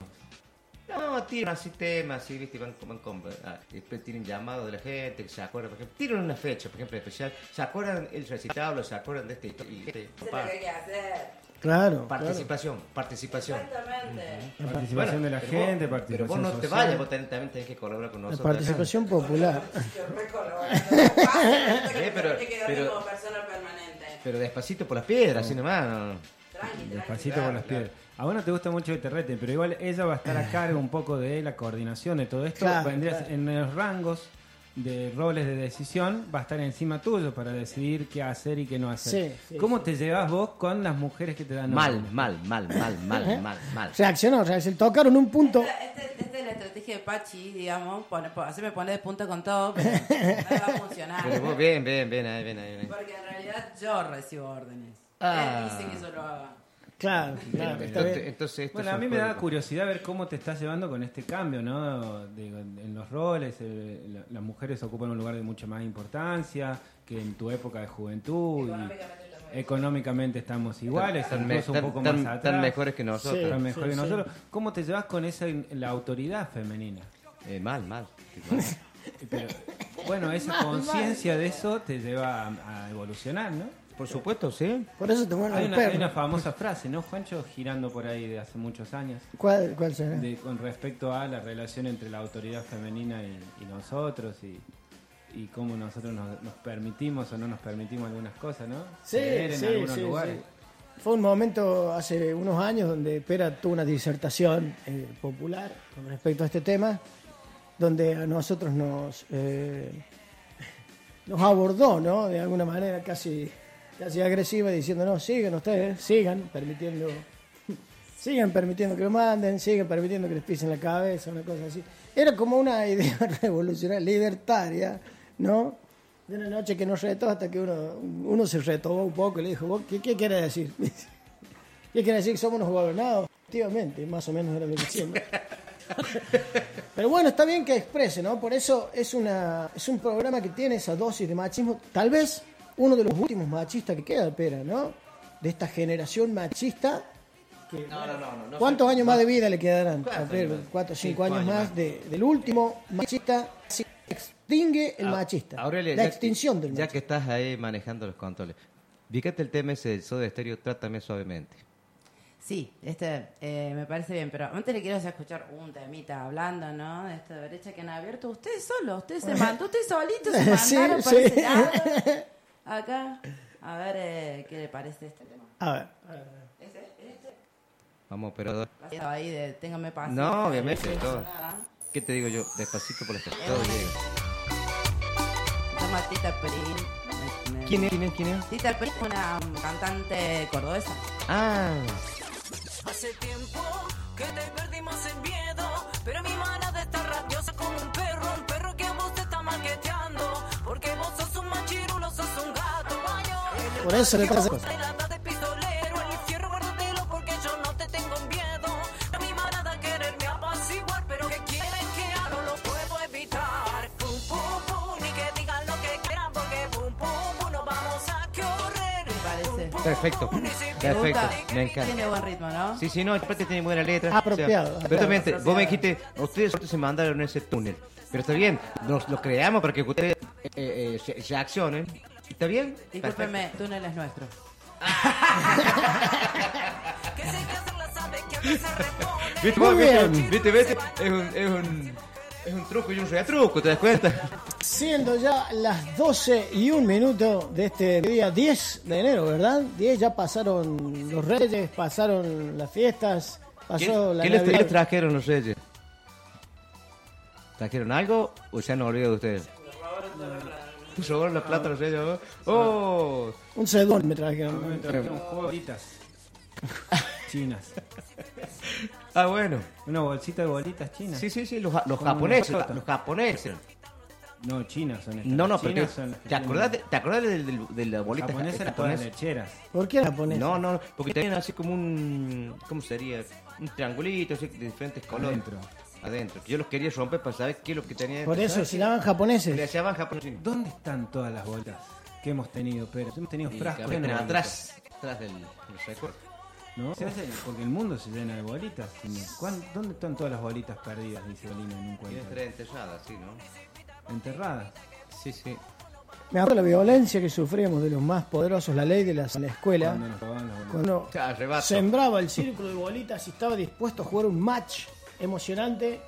[SPEAKER 2] No, tiran así temas, así, viste, y van, van con- ah, después tienen llamados de la gente, que se acuerdan, por ejemplo, tiran una fecha, por ejemplo, especial, se acuerdan el recitable, se acuerdan de este, y este,
[SPEAKER 9] Eso es
[SPEAKER 2] pa-
[SPEAKER 9] lo que hay que hacer.
[SPEAKER 6] Claro.
[SPEAKER 2] participación, participación.
[SPEAKER 9] Exactamente.
[SPEAKER 5] Participación de la
[SPEAKER 2] pero
[SPEAKER 5] gente,
[SPEAKER 2] vos- Pero vos
[SPEAKER 5] participación
[SPEAKER 2] no te
[SPEAKER 5] social.
[SPEAKER 2] vayas, vos ten- también tenés que colaborar con
[SPEAKER 6] La
[SPEAKER 2] nosotros.
[SPEAKER 6] participación popular.
[SPEAKER 2] (laughs) Eh, pero, pero,
[SPEAKER 9] persona permanente.
[SPEAKER 2] pero despacito por las piedras, así nomás. no.
[SPEAKER 5] Despacito con las piedras. A vos no te gusta mucho el terrete, pero igual ella va a estar a cargo un poco de la coordinación de todo esto.
[SPEAKER 6] Ah. Claro,
[SPEAKER 5] Vendrías
[SPEAKER 6] claro.
[SPEAKER 5] en los rangos de roles de decisión, va a estar encima tuyo para decidir qué hacer y qué no hacer.
[SPEAKER 6] Sí, sí,
[SPEAKER 5] ¿Cómo te llevas vos con las mujeres que te dan
[SPEAKER 2] Mal,
[SPEAKER 5] órdenes?
[SPEAKER 2] mal, mal, mal,
[SPEAKER 6] ¿Eh?
[SPEAKER 2] mal, mal, mal.
[SPEAKER 6] Reaccionó, reaccionó. Tocaron un punto.
[SPEAKER 9] Esta es la estrategia de Pachi, digamos. Pone, po- así me pone de punta con todo,
[SPEAKER 2] (laughs)
[SPEAKER 9] pero no va a funcionar.
[SPEAKER 2] Pero vos, bien, bien, bien, ahí, bien, ahí. bien.
[SPEAKER 9] Porque en realidad yo recibo órdenes.
[SPEAKER 2] Ah.
[SPEAKER 9] Él dice que yo lo haga.
[SPEAKER 6] Claro, claro, está
[SPEAKER 2] Entonces, eh,
[SPEAKER 6] bien.
[SPEAKER 2] entonces esto
[SPEAKER 5] Bueno,
[SPEAKER 2] es
[SPEAKER 5] a
[SPEAKER 2] un
[SPEAKER 5] mí me da
[SPEAKER 2] juego.
[SPEAKER 5] curiosidad ver cómo te estás llevando con este cambio, ¿no? Digo, en en los roles, eh, la- las mujeres ocupan un lugar de mucha más importancia que en tu época de juventud. y Económicamente estamos iguales,
[SPEAKER 2] Están-
[SPEAKER 5] incluso
[SPEAKER 2] están-
[SPEAKER 5] un poco
[SPEAKER 2] están-
[SPEAKER 5] más atrás.
[SPEAKER 2] están mejores que nosotros.
[SPEAKER 5] Están
[SPEAKER 2] Sí,
[SPEAKER 5] mejores
[SPEAKER 2] sí,
[SPEAKER 5] que
[SPEAKER 2] sí.
[SPEAKER 5] nosotros. ¿Cómo te llevas con esa la autoridad femenina? Eh,
[SPEAKER 2] Eh, mal, mal. (laughs)
[SPEAKER 5] Pero, bueno, esa
[SPEAKER 6] Mal,
[SPEAKER 5] conciencia de eso te lleva a, a evolucionar, ¿no?
[SPEAKER 2] Por supuesto, sí.
[SPEAKER 6] Por eso te mueran
[SPEAKER 5] Hay
[SPEAKER 6] los
[SPEAKER 5] una, hay
[SPEAKER 6] perros.
[SPEAKER 5] una famosa frase, ¿no, Juancho? Girando por ahí de hace muchos años.
[SPEAKER 6] ¿Cuál, cuál será?
[SPEAKER 5] de- con respecto a la relación entre la autoridad femenina y, y nosotros y, y cómo nosotros nos, nos permitimos o no nos permitimos algunas cosas, ¿no?
[SPEAKER 6] Sí,
[SPEAKER 5] Ceder en
[SPEAKER 6] sí,
[SPEAKER 5] algunos
[SPEAKER 6] sí,
[SPEAKER 5] lugares.
[SPEAKER 6] sí. Fue un momento hace unos años donde Pera tuvo una disertación eh, popular con respecto a este tema, donde a nosotros nos, eh, (laughs) nos abordó, ¿no? De alguna manera casi, casi agresiva, diciendo, no, sigan ustedes, sigan permitiendo, sigan permitiendo que lo manden, sigan permitiendo que les pisen la cabeza, una cosa así. Era como una (laughs) idea revolucionaria, libertaria, ¿no? De una noche que nos retó hasta que uno, uno se retobó un poco y le dijo, "¿Vos ¿qué, qué querés decir? (laughs) ¿Qué quiere decir que somos los gobernados? Efectivamente, más o menos era lo que decían. (laughs) Pero bueno, está bien que exprese, ¿no? Por eso es, una, es un programa que tiene esa dosis de machismo. Tal vez uno de los últimos machistas que queda, Pera, ¿no? De esta generación machista.
[SPEAKER 2] No, no, no. no, no
[SPEAKER 6] ¿Cuántos
[SPEAKER 2] sé.
[SPEAKER 6] años más de vida le quedarán a
[SPEAKER 2] Cuatro
[SPEAKER 6] Pera?
[SPEAKER 2] años más.
[SPEAKER 6] Cuatro o cinco
[SPEAKER 2] Cinco
[SPEAKER 6] años
[SPEAKER 2] años
[SPEAKER 6] más de- del último machista. Se extingue el
[SPEAKER 2] Ah,
[SPEAKER 6] machista.
[SPEAKER 2] Aurelia,
[SPEAKER 6] la
[SPEAKER 2] ya-
[SPEAKER 6] extinción del
[SPEAKER 2] Ya
[SPEAKER 6] machista.
[SPEAKER 2] que estás ahí manejando los controles. Fíjate el tema ese del Soda Stereo, trátame suavemente.
[SPEAKER 9] Sí, este, eh, me parece bien, pero antes le quiero hacer escuchar un temita hablando, ¿no? De esta brecha que han abierto ustedes solos,
[SPEAKER 2] (laughs)
[SPEAKER 9] ustedes se mandaron, ustedes solitos
[SPEAKER 6] Sí,
[SPEAKER 9] se mandaron para
[SPEAKER 6] sí.
[SPEAKER 9] ese lado. Acá, a ver eh, qué le parece este tema.
[SPEAKER 6] A ver.
[SPEAKER 2] Vamos, operador.
[SPEAKER 9] Pasado ahí de téngame paciencia.
[SPEAKER 2] No, obviamente.
[SPEAKER 9] no hizo
[SPEAKER 2] todo.
[SPEAKER 9] nada.
[SPEAKER 2] ¿Qué te digo yo? Despacito por la estación. Todo llega.
[SPEAKER 9] Toma Tita Perín. Me-
[SPEAKER 2] ¿Quién es? ¿Quién es? ¿Quién es?
[SPEAKER 9] Tita Perín es una um, cantante cordobesa.
[SPEAKER 2] Ah.
[SPEAKER 14] Hace tiempo que te perdimos en miedo, pero mi manada está rabiosa como un perro, un perro que a vos te está maqueteando, porque vos sos un machirulo, sos un gato.
[SPEAKER 6] Por eso le pasa.
[SPEAKER 14] Te lata de pistolero, el infierno guárdatelo porque yo no te
[SPEAKER 9] parece.
[SPEAKER 2] Perfecto,
[SPEAKER 9] ¿Te gusta?
[SPEAKER 2] perfecto, me encanta.
[SPEAKER 9] Tiene buen ritmo, ¿no?
[SPEAKER 2] Sí, sí, no, aparte tiene buena letra.
[SPEAKER 9] Apropiado,
[SPEAKER 2] O sea,
[SPEAKER 9] apropiado.
[SPEAKER 2] pero también, te- vos me dijiste, ustedes se mandaron ese túnel. Pero está bien, nos lo creamos para que ustedes eh, eh, se, se accionen. ¿Está bien?
[SPEAKER 9] Discúlpeme, túnel es nuestro.
[SPEAKER 2] ¿Viste,
[SPEAKER 9] Muy
[SPEAKER 2] vos, viste,
[SPEAKER 9] bien.
[SPEAKER 2] viste, viste, es un, es un, es un truco y un retruco, ¿te das cuenta?
[SPEAKER 6] Siendo ya las 12 y un minuto de este día 10 de enero, ¿verdad? 10 ya pasaron los reyes, pasaron las fiestas,
[SPEAKER 2] ¿Qué,
[SPEAKER 6] pasó la
[SPEAKER 2] qué les,
[SPEAKER 6] Navidad.
[SPEAKER 2] les trajeron los reyes? ¿Trajeron algo o ya no olvido de ustedes? Robaron la plata los reyes. ¿no? ¡Oh!
[SPEAKER 6] Un sedón me trajeron.
[SPEAKER 5] Un juego de bolitas chinas.
[SPEAKER 2] Ah, bueno.
[SPEAKER 5] Una bolsita de bolitas chinas.
[SPEAKER 2] Sí, sí, sí, los, los japoneses, los japoneses.
[SPEAKER 5] No, chinas son estas.
[SPEAKER 2] No, no,
[SPEAKER 5] las
[SPEAKER 2] pero
[SPEAKER 5] chinas
[SPEAKER 2] ¿te-
[SPEAKER 5] son las
[SPEAKER 2] ¿te
[SPEAKER 5] chinas.
[SPEAKER 2] acordás, de, ¿te acordás del- del- de, la bolita
[SPEAKER 5] Japonesas
[SPEAKER 2] ja-
[SPEAKER 5] las
[SPEAKER 2] japonesa?
[SPEAKER 5] lecheras.
[SPEAKER 6] ¿Por qué japonesa?
[SPEAKER 2] No, no, no, porque tenían así como un, ¿cómo sería? Un triangulito así de diferentes colores.
[SPEAKER 5] Adentro.
[SPEAKER 2] Adentro. Yo los quería romper para saber qué es lo que tenía.
[SPEAKER 6] Por eso,
[SPEAKER 2] ¿Sabes?
[SPEAKER 6] si lavan japoneses.
[SPEAKER 2] Le hallaban japoneses.
[SPEAKER 5] ¿Dónde están todas las bolitas que hemos tenido, pero Hemos tenido
[SPEAKER 2] Y
[SPEAKER 5] frascos.
[SPEAKER 2] que
[SPEAKER 5] llenos de
[SPEAKER 2] atrás, atrás del, del récord.
[SPEAKER 5] bolitas, ¿No? Se hace- porque el mundo se llena de bolitas. señor. ¿Cuán- ¿Dónde están todas las bolitas perdidas? Dice Bolina en un
[SPEAKER 2] Tiene
[SPEAKER 5] cuento.
[SPEAKER 2] tres enterradas, sí, ¿no?
[SPEAKER 5] Enterradas.
[SPEAKER 2] Sí, sí.
[SPEAKER 6] Me acuerdo de la violencia que sufríamos de los más poderosos, la ley de las- la escuela.
[SPEAKER 5] Cuando nos robaban las bolitas.
[SPEAKER 6] Cuando
[SPEAKER 2] Te arrebato.
[SPEAKER 6] sembraba el círculo de bolitas y estaba dispuesto a jugar un match emocionante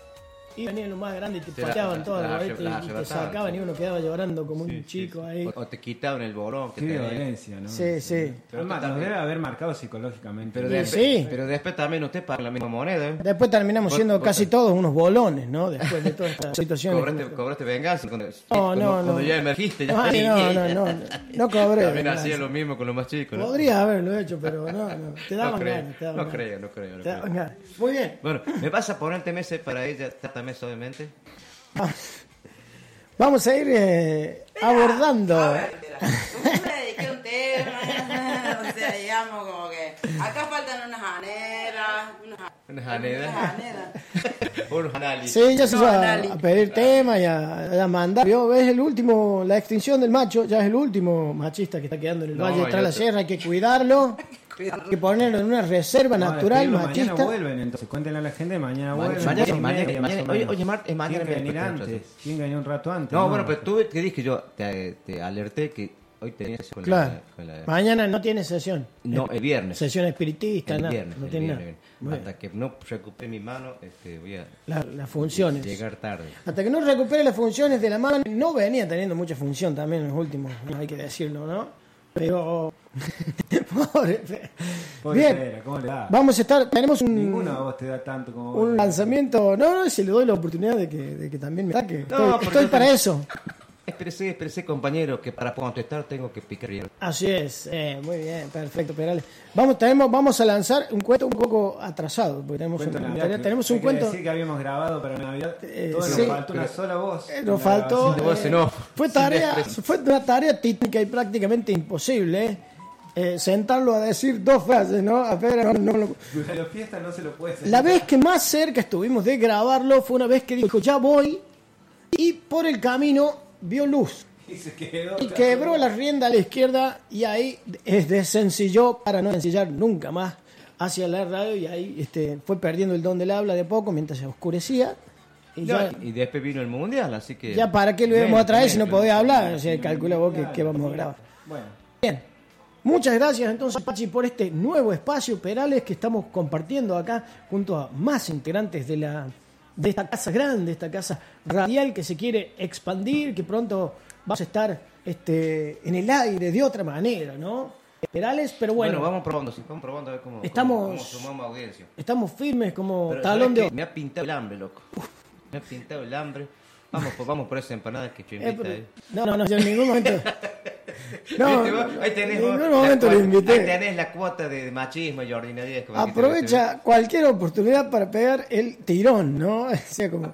[SPEAKER 6] y venían los más grandes y te
[SPEAKER 2] Te la-
[SPEAKER 6] pateaban todas
[SPEAKER 2] la-
[SPEAKER 6] las
[SPEAKER 2] la- la
[SPEAKER 6] bolitas y- y te
[SPEAKER 2] arrebataban,
[SPEAKER 6] sacaban
[SPEAKER 2] sí.
[SPEAKER 6] y uno quedaba llorando como un chico ahí.
[SPEAKER 2] O, o te quitaban el borón que
[SPEAKER 5] Qué
[SPEAKER 2] tenía.
[SPEAKER 5] violencia, ¿no?
[SPEAKER 6] Sí, sí.
[SPEAKER 5] Pero Además, nos debe haber marcado psicológicamente.
[SPEAKER 2] Pero,
[SPEAKER 6] Sí,
[SPEAKER 2] después,
[SPEAKER 6] sí.
[SPEAKER 2] pero después también usted paga la misma moneda. ¿eh?
[SPEAKER 6] Después terminamos
[SPEAKER 2] Vos-
[SPEAKER 6] siendo
[SPEAKER 2] vos
[SPEAKER 6] casi
[SPEAKER 2] te-
[SPEAKER 6] todos unos bolones, ¿no? Después de toda
[SPEAKER 2] (laughs)
[SPEAKER 6] esta situación.
[SPEAKER 2] Cobraste, cobraste venganza. Cuando,
[SPEAKER 6] No,
[SPEAKER 2] cuando-
[SPEAKER 6] no, no.
[SPEAKER 2] cuando ya emergiste. Ya
[SPEAKER 6] Ay, no, no, no. No cobré.
[SPEAKER 2] También
[SPEAKER 6] venganza.
[SPEAKER 2] hacía lo mismo con los más chicos. ¿no?
[SPEAKER 6] Podría haberlo hecho, pero no, no. Te
[SPEAKER 2] no
[SPEAKER 6] daban
[SPEAKER 2] creo,
[SPEAKER 6] ganas. te daban
[SPEAKER 2] no
[SPEAKER 6] ganas.
[SPEAKER 2] creo, no creo, no
[SPEAKER 6] Te
[SPEAKER 2] creo.
[SPEAKER 6] daban ganas. Muy bien.
[SPEAKER 2] Bueno, ¿me vas a ponerte meses para ella? Trátame suavemente.
[SPEAKER 6] Vamos a ir eh, abordando. eh. (laughs)
[SPEAKER 9] Yo le dediqué un tema, (laughs) o sea, digamos como que acá faltan unas aneras, unas
[SPEAKER 2] Unas anedas. (laughs) Unos análisis.
[SPEAKER 6] Sí, ya se va a- a pedir temas y a, a mandar. Yo, ves el último, la extinción del macho, ya es el último machista que está quedando en el
[SPEAKER 2] No,
[SPEAKER 6] valle
[SPEAKER 2] yo
[SPEAKER 6] tras la
[SPEAKER 2] te-
[SPEAKER 6] sierra, hay que cuidarlo, hay que ponerlo en una reserva
[SPEAKER 5] No,
[SPEAKER 6] natural
[SPEAKER 5] despedilo,
[SPEAKER 6] machista.
[SPEAKER 5] Mañana vuelven, entonces cuéntenle a la gente, mañana
[SPEAKER 2] Mañana-
[SPEAKER 5] vuelven.
[SPEAKER 2] mañana-
[SPEAKER 5] ocho y
[SPEAKER 2] mañana-
[SPEAKER 5] media,
[SPEAKER 2] mañana-
[SPEAKER 5] más o menos.
[SPEAKER 2] oye, oye, Marta, es mañana
[SPEAKER 5] Tienen que
[SPEAKER 2] me
[SPEAKER 5] venir
[SPEAKER 2] desperté,
[SPEAKER 5] antes, tienen que venir un rato antes.
[SPEAKER 2] No, bueno, pero tú te dije yo, te, te alerté que hoy tenías con la-
[SPEAKER 6] Claro.
[SPEAKER 2] con la-
[SPEAKER 6] Mañana no tiene sesión.
[SPEAKER 2] No, el viernes.
[SPEAKER 6] Sesión espiritista,
[SPEAKER 2] el
[SPEAKER 6] nada.
[SPEAKER 2] viernes,
[SPEAKER 6] no
[SPEAKER 2] el
[SPEAKER 6] tiene
[SPEAKER 2] viernes,
[SPEAKER 6] nada.
[SPEAKER 2] el
[SPEAKER 6] Muy
[SPEAKER 2] viernes.
[SPEAKER 6] bien.
[SPEAKER 2] Hasta que no recupere mi mano, este, voy a
[SPEAKER 6] La- las funciones.
[SPEAKER 2] llegar tarde.
[SPEAKER 6] Hasta que no recupere las funciones de la mano, no venía teniendo mucha función también en los últimos, no hay que decirlo, ¿no? Pero. (laughs) Pobre fe.
[SPEAKER 5] Pobre
[SPEAKER 6] Bien,
[SPEAKER 5] Federa, ¿cómo le da?
[SPEAKER 6] vamos a estar, tenemos un,
[SPEAKER 5] Ninguna a vos te da tanto como vos.
[SPEAKER 6] un lanzamiento. No, no, si le doy la oportunidad de que, de que también me ataque. Estoy,
[SPEAKER 2] No, porque
[SPEAKER 6] estoy
[SPEAKER 2] yo
[SPEAKER 6] para
[SPEAKER 2] te-
[SPEAKER 6] eso.
[SPEAKER 2] Espérese, espérese, compañero, que para contestar tengo que picar bien.
[SPEAKER 6] Así es, eh, muy bien, perfecto, Perales. Vamos, tenemos, vamos a lanzar un cuento un poco atrasado, porque tenemos
[SPEAKER 5] Cuento de
[SPEAKER 6] un,
[SPEAKER 5] Navidad, que-
[SPEAKER 6] tenemos un
[SPEAKER 5] hay que
[SPEAKER 6] cuento. Eh,
[SPEAKER 5] decir que habíamos grabado para Navidad. todo
[SPEAKER 6] sí.
[SPEAKER 5] nos faltó una sola voz.
[SPEAKER 6] Eh,
[SPEAKER 5] en
[SPEAKER 6] Nos
[SPEAKER 5] la
[SPEAKER 6] faltó.
[SPEAKER 5] grabación.
[SPEAKER 6] eh, fue, tarea, fue una tarea técnica y prácticamente imposible. eh, eh, sentarlo a decir dos frases, ¿no? A ver, no- no lo-
[SPEAKER 5] Durante la fiesta no se lo puede hacer.
[SPEAKER 6] La vez que más cerca estuvimos de grabarlo fue una vez que dijo, ya voy, y por el camino vio luz.
[SPEAKER 5] (laughs) Y se quedó.
[SPEAKER 6] Y quebró la rienda a la izquierda y ahí es desencilló para no ensillar nunca más hacia la radio y ahí este, fue perdiendo el don del habla de a poco mientras se oscurecía. Y
[SPEAKER 2] No,
[SPEAKER 6] ya,
[SPEAKER 2] y después vino el mundial, así que.
[SPEAKER 6] ya para qué lo íbamos
[SPEAKER 2] Menos,
[SPEAKER 6] a traer si no
[SPEAKER 2] menos.
[SPEAKER 6] podía hablar, o sea, calcula vos que, que vamos a grabar.
[SPEAKER 5] Bueno,
[SPEAKER 6] Bien. Muchas gracias entonces Pachi por este nuevo espacio Perales que estamos compartiendo acá junto a más integrantes de la de esta casa grande, esta casa radial que se quiere expandir, que pronto vamos a estar este, en el aire de otra manera, ¿no? Perales, pero bueno,
[SPEAKER 2] Bueno, vamos probando, sí, vamos probando a ver cómo,
[SPEAKER 6] Estamos-
[SPEAKER 2] cómo, cómo sumamos audiencia.
[SPEAKER 6] estamos firmes como
[SPEAKER 2] Pero,
[SPEAKER 6] talón
[SPEAKER 2] ¿sabes
[SPEAKER 6] de
[SPEAKER 2] qué?
[SPEAKER 6] ojo.
[SPEAKER 2] Me ha pintado el hambre, loco. Me ha pintado el hambre. Vamos por, vamos por esa empanada que yo
[SPEAKER 6] Eh,
[SPEAKER 2] invita,
[SPEAKER 6] pero-
[SPEAKER 2] eh.
[SPEAKER 6] no, no, no, yo en ningún
[SPEAKER 2] (laughs)
[SPEAKER 6] momento. No,
[SPEAKER 2] ¿Viste vos? ahí tenés
[SPEAKER 6] en
[SPEAKER 2] vos
[SPEAKER 6] ningún
[SPEAKER 2] la
[SPEAKER 6] momento
[SPEAKER 2] cuota-
[SPEAKER 6] lo invité.
[SPEAKER 2] Ahí tenés la cuota de machismo y ordinariedad. que va a quitar
[SPEAKER 6] Aprovecha cualquier oportunidad para pegar el tirón, ¿no? (laughs) O sea, como.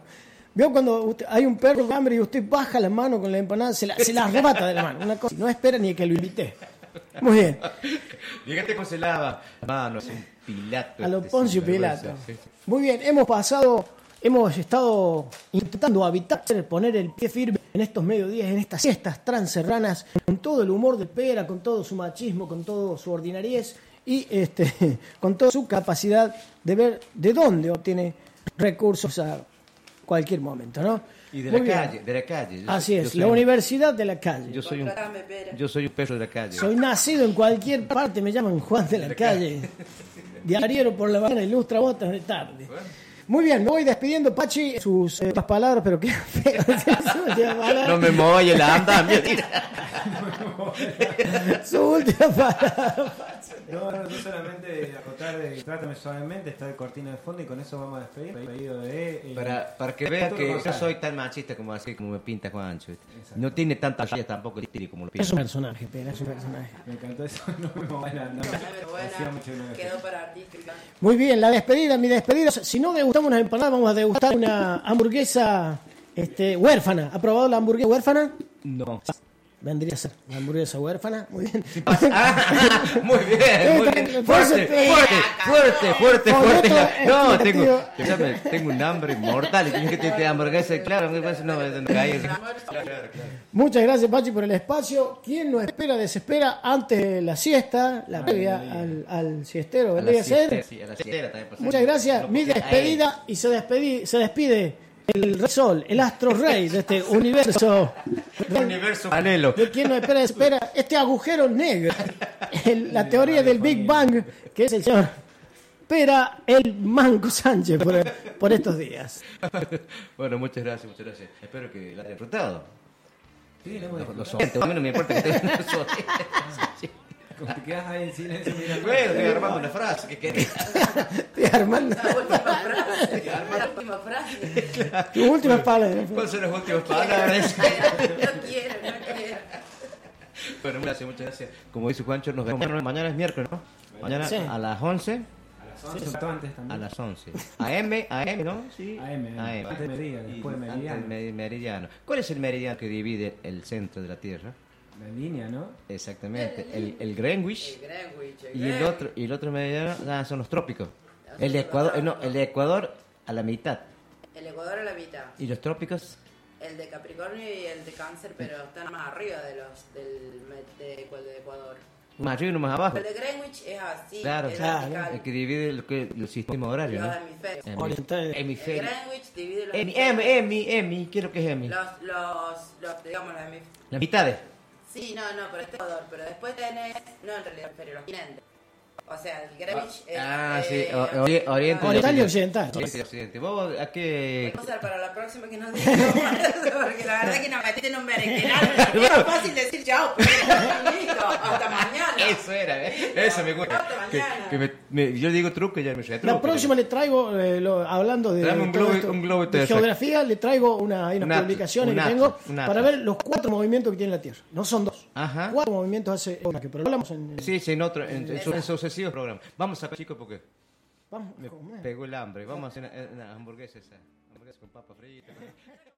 [SPEAKER 6] Vio cuando usted- hay un perro con hambre y usted baja la mano con la empanada, se la, se la arrebata de la mano. Una cosa, no espera ni que lo invite. Muy bien.
[SPEAKER 2] este- Llegaste con se lava. Mano, es un pilato.
[SPEAKER 6] A lo
[SPEAKER 2] este
[SPEAKER 6] Poncio
[SPEAKER 2] sinvergüenza.
[SPEAKER 6] Pilato.
[SPEAKER 2] Sí, sí.
[SPEAKER 6] Muy bien, hemos pasado hemos estado intentando habitar, poner el pie firme en estos mediodías, en estas siestas transerranas, con todo el humor de Pera, con todo su machismo, con todo su ordinariez y este, (laughs) con toda su capacidad de ver de dónde obtiene recursos a cualquier momento, ¿no?
[SPEAKER 2] Y de
[SPEAKER 6] Muy
[SPEAKER 2] la
[SPEAKER 6] bien.
[SPEAKER 2] calle, de la calle. Yo
[SPEAKER 6] Así
[SPEAKER 2] soy-
[SPEAKER 6] es,
[SPEAKER 2] yo
[SPEAKER 6] la
[SPEAKER 2] soy un-
[SPEAKER 6] universidad de la calle.
[SPEAKER 2] Yo soy un, yo soy un perro de la calle.
[SPEAKER 6] Soy nacido en cualquier parte, me llaman Juan de la calle. Diariero por la mañana, ilustra botas de tarde. Muy bien, me voy despidiendo, Pachi, sus eh, las palabras, pero qué feo. (laughs) sus últimas palabras.
[SPEAKER 2] No me molle la anda.
[SPEAKER 6] (laughs) Sus últimas palabras.
[SPEAKER 5] No, no, no solamente acotar de Trátame Suavemente, está el cortina de fondo y con eso vamos a despedir. Pedido de, eh,
[SPEAKER 2] Para, para que vean que
[SPEAKER 5] Arturo
[SPEAKER 2] no
[SPEAKER 5] González.
[SPEAKER 2] soy tan machista como así como me pinta Juancho. No tiene tanta talla tampoco el tiri como lo pinta.
[SPEAKER 6] Es un personaje, Pera, es un personaje.
[SPEAKER 5] Me encantó eso. (laughs) No, no, bueno, no. Hacía mucho que no lo hacía.
[SPEAKER 9] para artística. (laughs)
[SPEAKER 6] Muy bien, la despedida, mi despedida. Si no degustamos una empanada, vamos a degustar una hamburguesa este, huérfana. ¿Ha probado la hamburguesa huérfana?
[SPEAKER 2] No.
[SPEAKER 6] Vendría a ser la hamburguesa huérfana. Muy bien.
[SPEAKER 2] (laughs) Muy bien, muy bien. Fuerte, fuerte, fuerte, fuerte, fuerte. No, tengo, escúchame, tengo un hambre mortal. Y tienes que tener hamburguesa, claro, me parece no me caí.
[SPEAKER 6] Muchas gracias, Pachi, por el espacio. Quien nos espera, desespera antes de la siesta, la previa al, al siestero,
[SPEAKER 2] A la
[SPEAKER 6] vendría a ser.
[SPEAKER 2] siestera, sí, a la siestera también pasa.
[SPEAKER 6] Muchas gracias, mi despedida y se, despedí, se despide el Rey Sol, el astro rey de este universo.
[SPEAKER 2] Universo Anhelo.
[SPEAKER 6] De quien nos espera, desespera este agujero negro. El- la teoría del Big Bang, que es el señor Pera, el Manco Sánchez, por, por estos
[SPEAKER 2] (laughs)
[SPEAKER 6] días.
[SPEAKER 2] (laughs) Bueno, muchas gracias, muchas gracias. Espero que la hayan disfrutado.
[SPEAKER 5] Sí, lo hemos
[SPEAKER 2] Los, los
[SPEAKER 5] disfrutado.
[SPEAKER 2] oyentes, a mí no me importa que (laughs) estén los
[SPEAKER 6] (laughs)
[SPEAKER 2] oyentes.
[SPEAKER 5] Como te quedas ahí en silencio, mira.
[SPEAKER 2] Bueno, estoy armando una frase que querés.
[SPEAKER 6] Estoy armando.
[SPEAKER 9] La última frase.
[SPEAKER 6] Tus últimas palabras.
[SPEAKER 2] ¿Cuáles son las últimas palabras?
[SPEAKER 9] (laughs) No quiero, no quiero.
[SPEAKER 2] Bueno, muchas gracias, muchas gracias. Como dice Juancho, nos vemos mañana es miércoles, ¿no? Mañana
[SPEAKER 5] Sí.
[SPEAKER 2] a las 11.
[SPEAKER 5] Sí, exacto, antes también.
[SPEAKER 2] A las 11. AM, AM, ¿no? Sí.
[SPEAKER 5] AM,
[SPEAKER 2] AM.
[SPEAKER 5] antes de meridiano, después de
[SPEAKER 2] Y antes del
[SPEAKER 5] meridiano.
[SPEAKER 2] meri- meridiano. ¿Cuál es el meridiano que divide el centro de la Tierra?
[SPEAKER 5] La línea, ¿no?
[SPEAKER 2] Exactamente. El, el Greenwich.
[SPEAKER 5] El Greenwich, el
[SPEAKER 2] Y el
[SPEAKER 5] Greenwich.
[SPEAKER 2] otro, y el otro meridiano ah, son los trópicos. El de Ecuador, eh, no, el de Ecuador a la mitad.
[SPEAKER 9] El Ecuador a la mitad.
[SPEAKER 2] Y los trópicos
[SPEAKER 9] El de Capricornio y el de Cáncer, pero están más arriba de los del met- de, cual de Ecuador.
[SPEAKER 2] más arriba y uno más abajo.
[SPEAKER 9] El de Greenwich es así.
[SPEAKER 2] Claro,
[SPEAKER 9] es vertical.
[SPEAKER 2] el que divide el, que- el sistema horario, ¿no?
[SPEAKER 9] Los hemisferios.
[SPEAKER 2] Hemi-
[SPEAKER 9] Oriental. El
[SPEAKER 2] Hemisferio.
[SPEAKER 9] Greenwich divide los
[SPEAKER 2] Emi, Emi,
[SPEAKER 9] hemisferios.
[SPEAKER 2] Emi, Emi, ¿qué es lo que es Emi?
[SPEAKER 9] Los, los, los, digamos, los hemisferios.
[SPEAKER 2] Las mitades.
[SPEAKER 9] Sí, no, no, pero este es Ecuador. Pero después tenés, no en realidad, pero los continentes. O sea, el Greenwich es.
[SPEAKER 2] Ah, sí,
[SPEAKER 9] eh,
[SPEAKER 2] o- ori- oriente.
[SPEAKER 6] Oriental y occidental.
[SPEAKER 2] Oriente y occidente. ¿Vos a qué...?
[SPEAKER 9] Vamos a para la próxima que nos diga, (laughs) porque la verdad que nos metiste en un berenjenal.
[SPEAKER 2] (laughs)
[SPEAKER 9] Era fácil decir chao, pero listo, hasta mañana.
[SPEAKER 2] Eso era, ¿eh? Eso me gusta. Que, que me, me- yo digo truco y ya me retruco.
[SPEAKER 6] La próxima le traigo, eh, lo- hablando de,
[SPEAKER 2] Dame un
[SPEAKER 6] todo
[SPEAKER 2] globo-
[SPEAKER 6] esto,
[SPEAKER 2] un globo y te
[SPEAKER 6] de
[SPEAKER 2] dejo.
[SPEAKER 6] geografía, le traigo una, hay unas
[SPEAKER 2] Un atlas,
[SPEAKER 6] publicaciones
[SPEAKER 2] un
[SPEAKER 6] que
[SPEAKER 2] atlas,
[SPEAKER 6] tengo
[SPEAKER 2] un atlas.
[SPEAKER 6] para ver los cuatro movimientos que tiene la Tierra. No son dos.
[SPEAKER 2] Ajá.
[SPEAKER 6] Cuatro movimientos hace una que pero lo hablamos en...
[SPEAKER 2] Sí, sí, en otro, en, en su- en sucesivos programas. Vamos acá, chicos, porque
[SPEAKER 6] Vamos a
[SPEAKER 2] me
[SPEAKER 6] comer.
[SPEAKER 2] pegó el hambre. Vamos a hacer una, una hamburguesa esa. Hamburguesa con papa frita.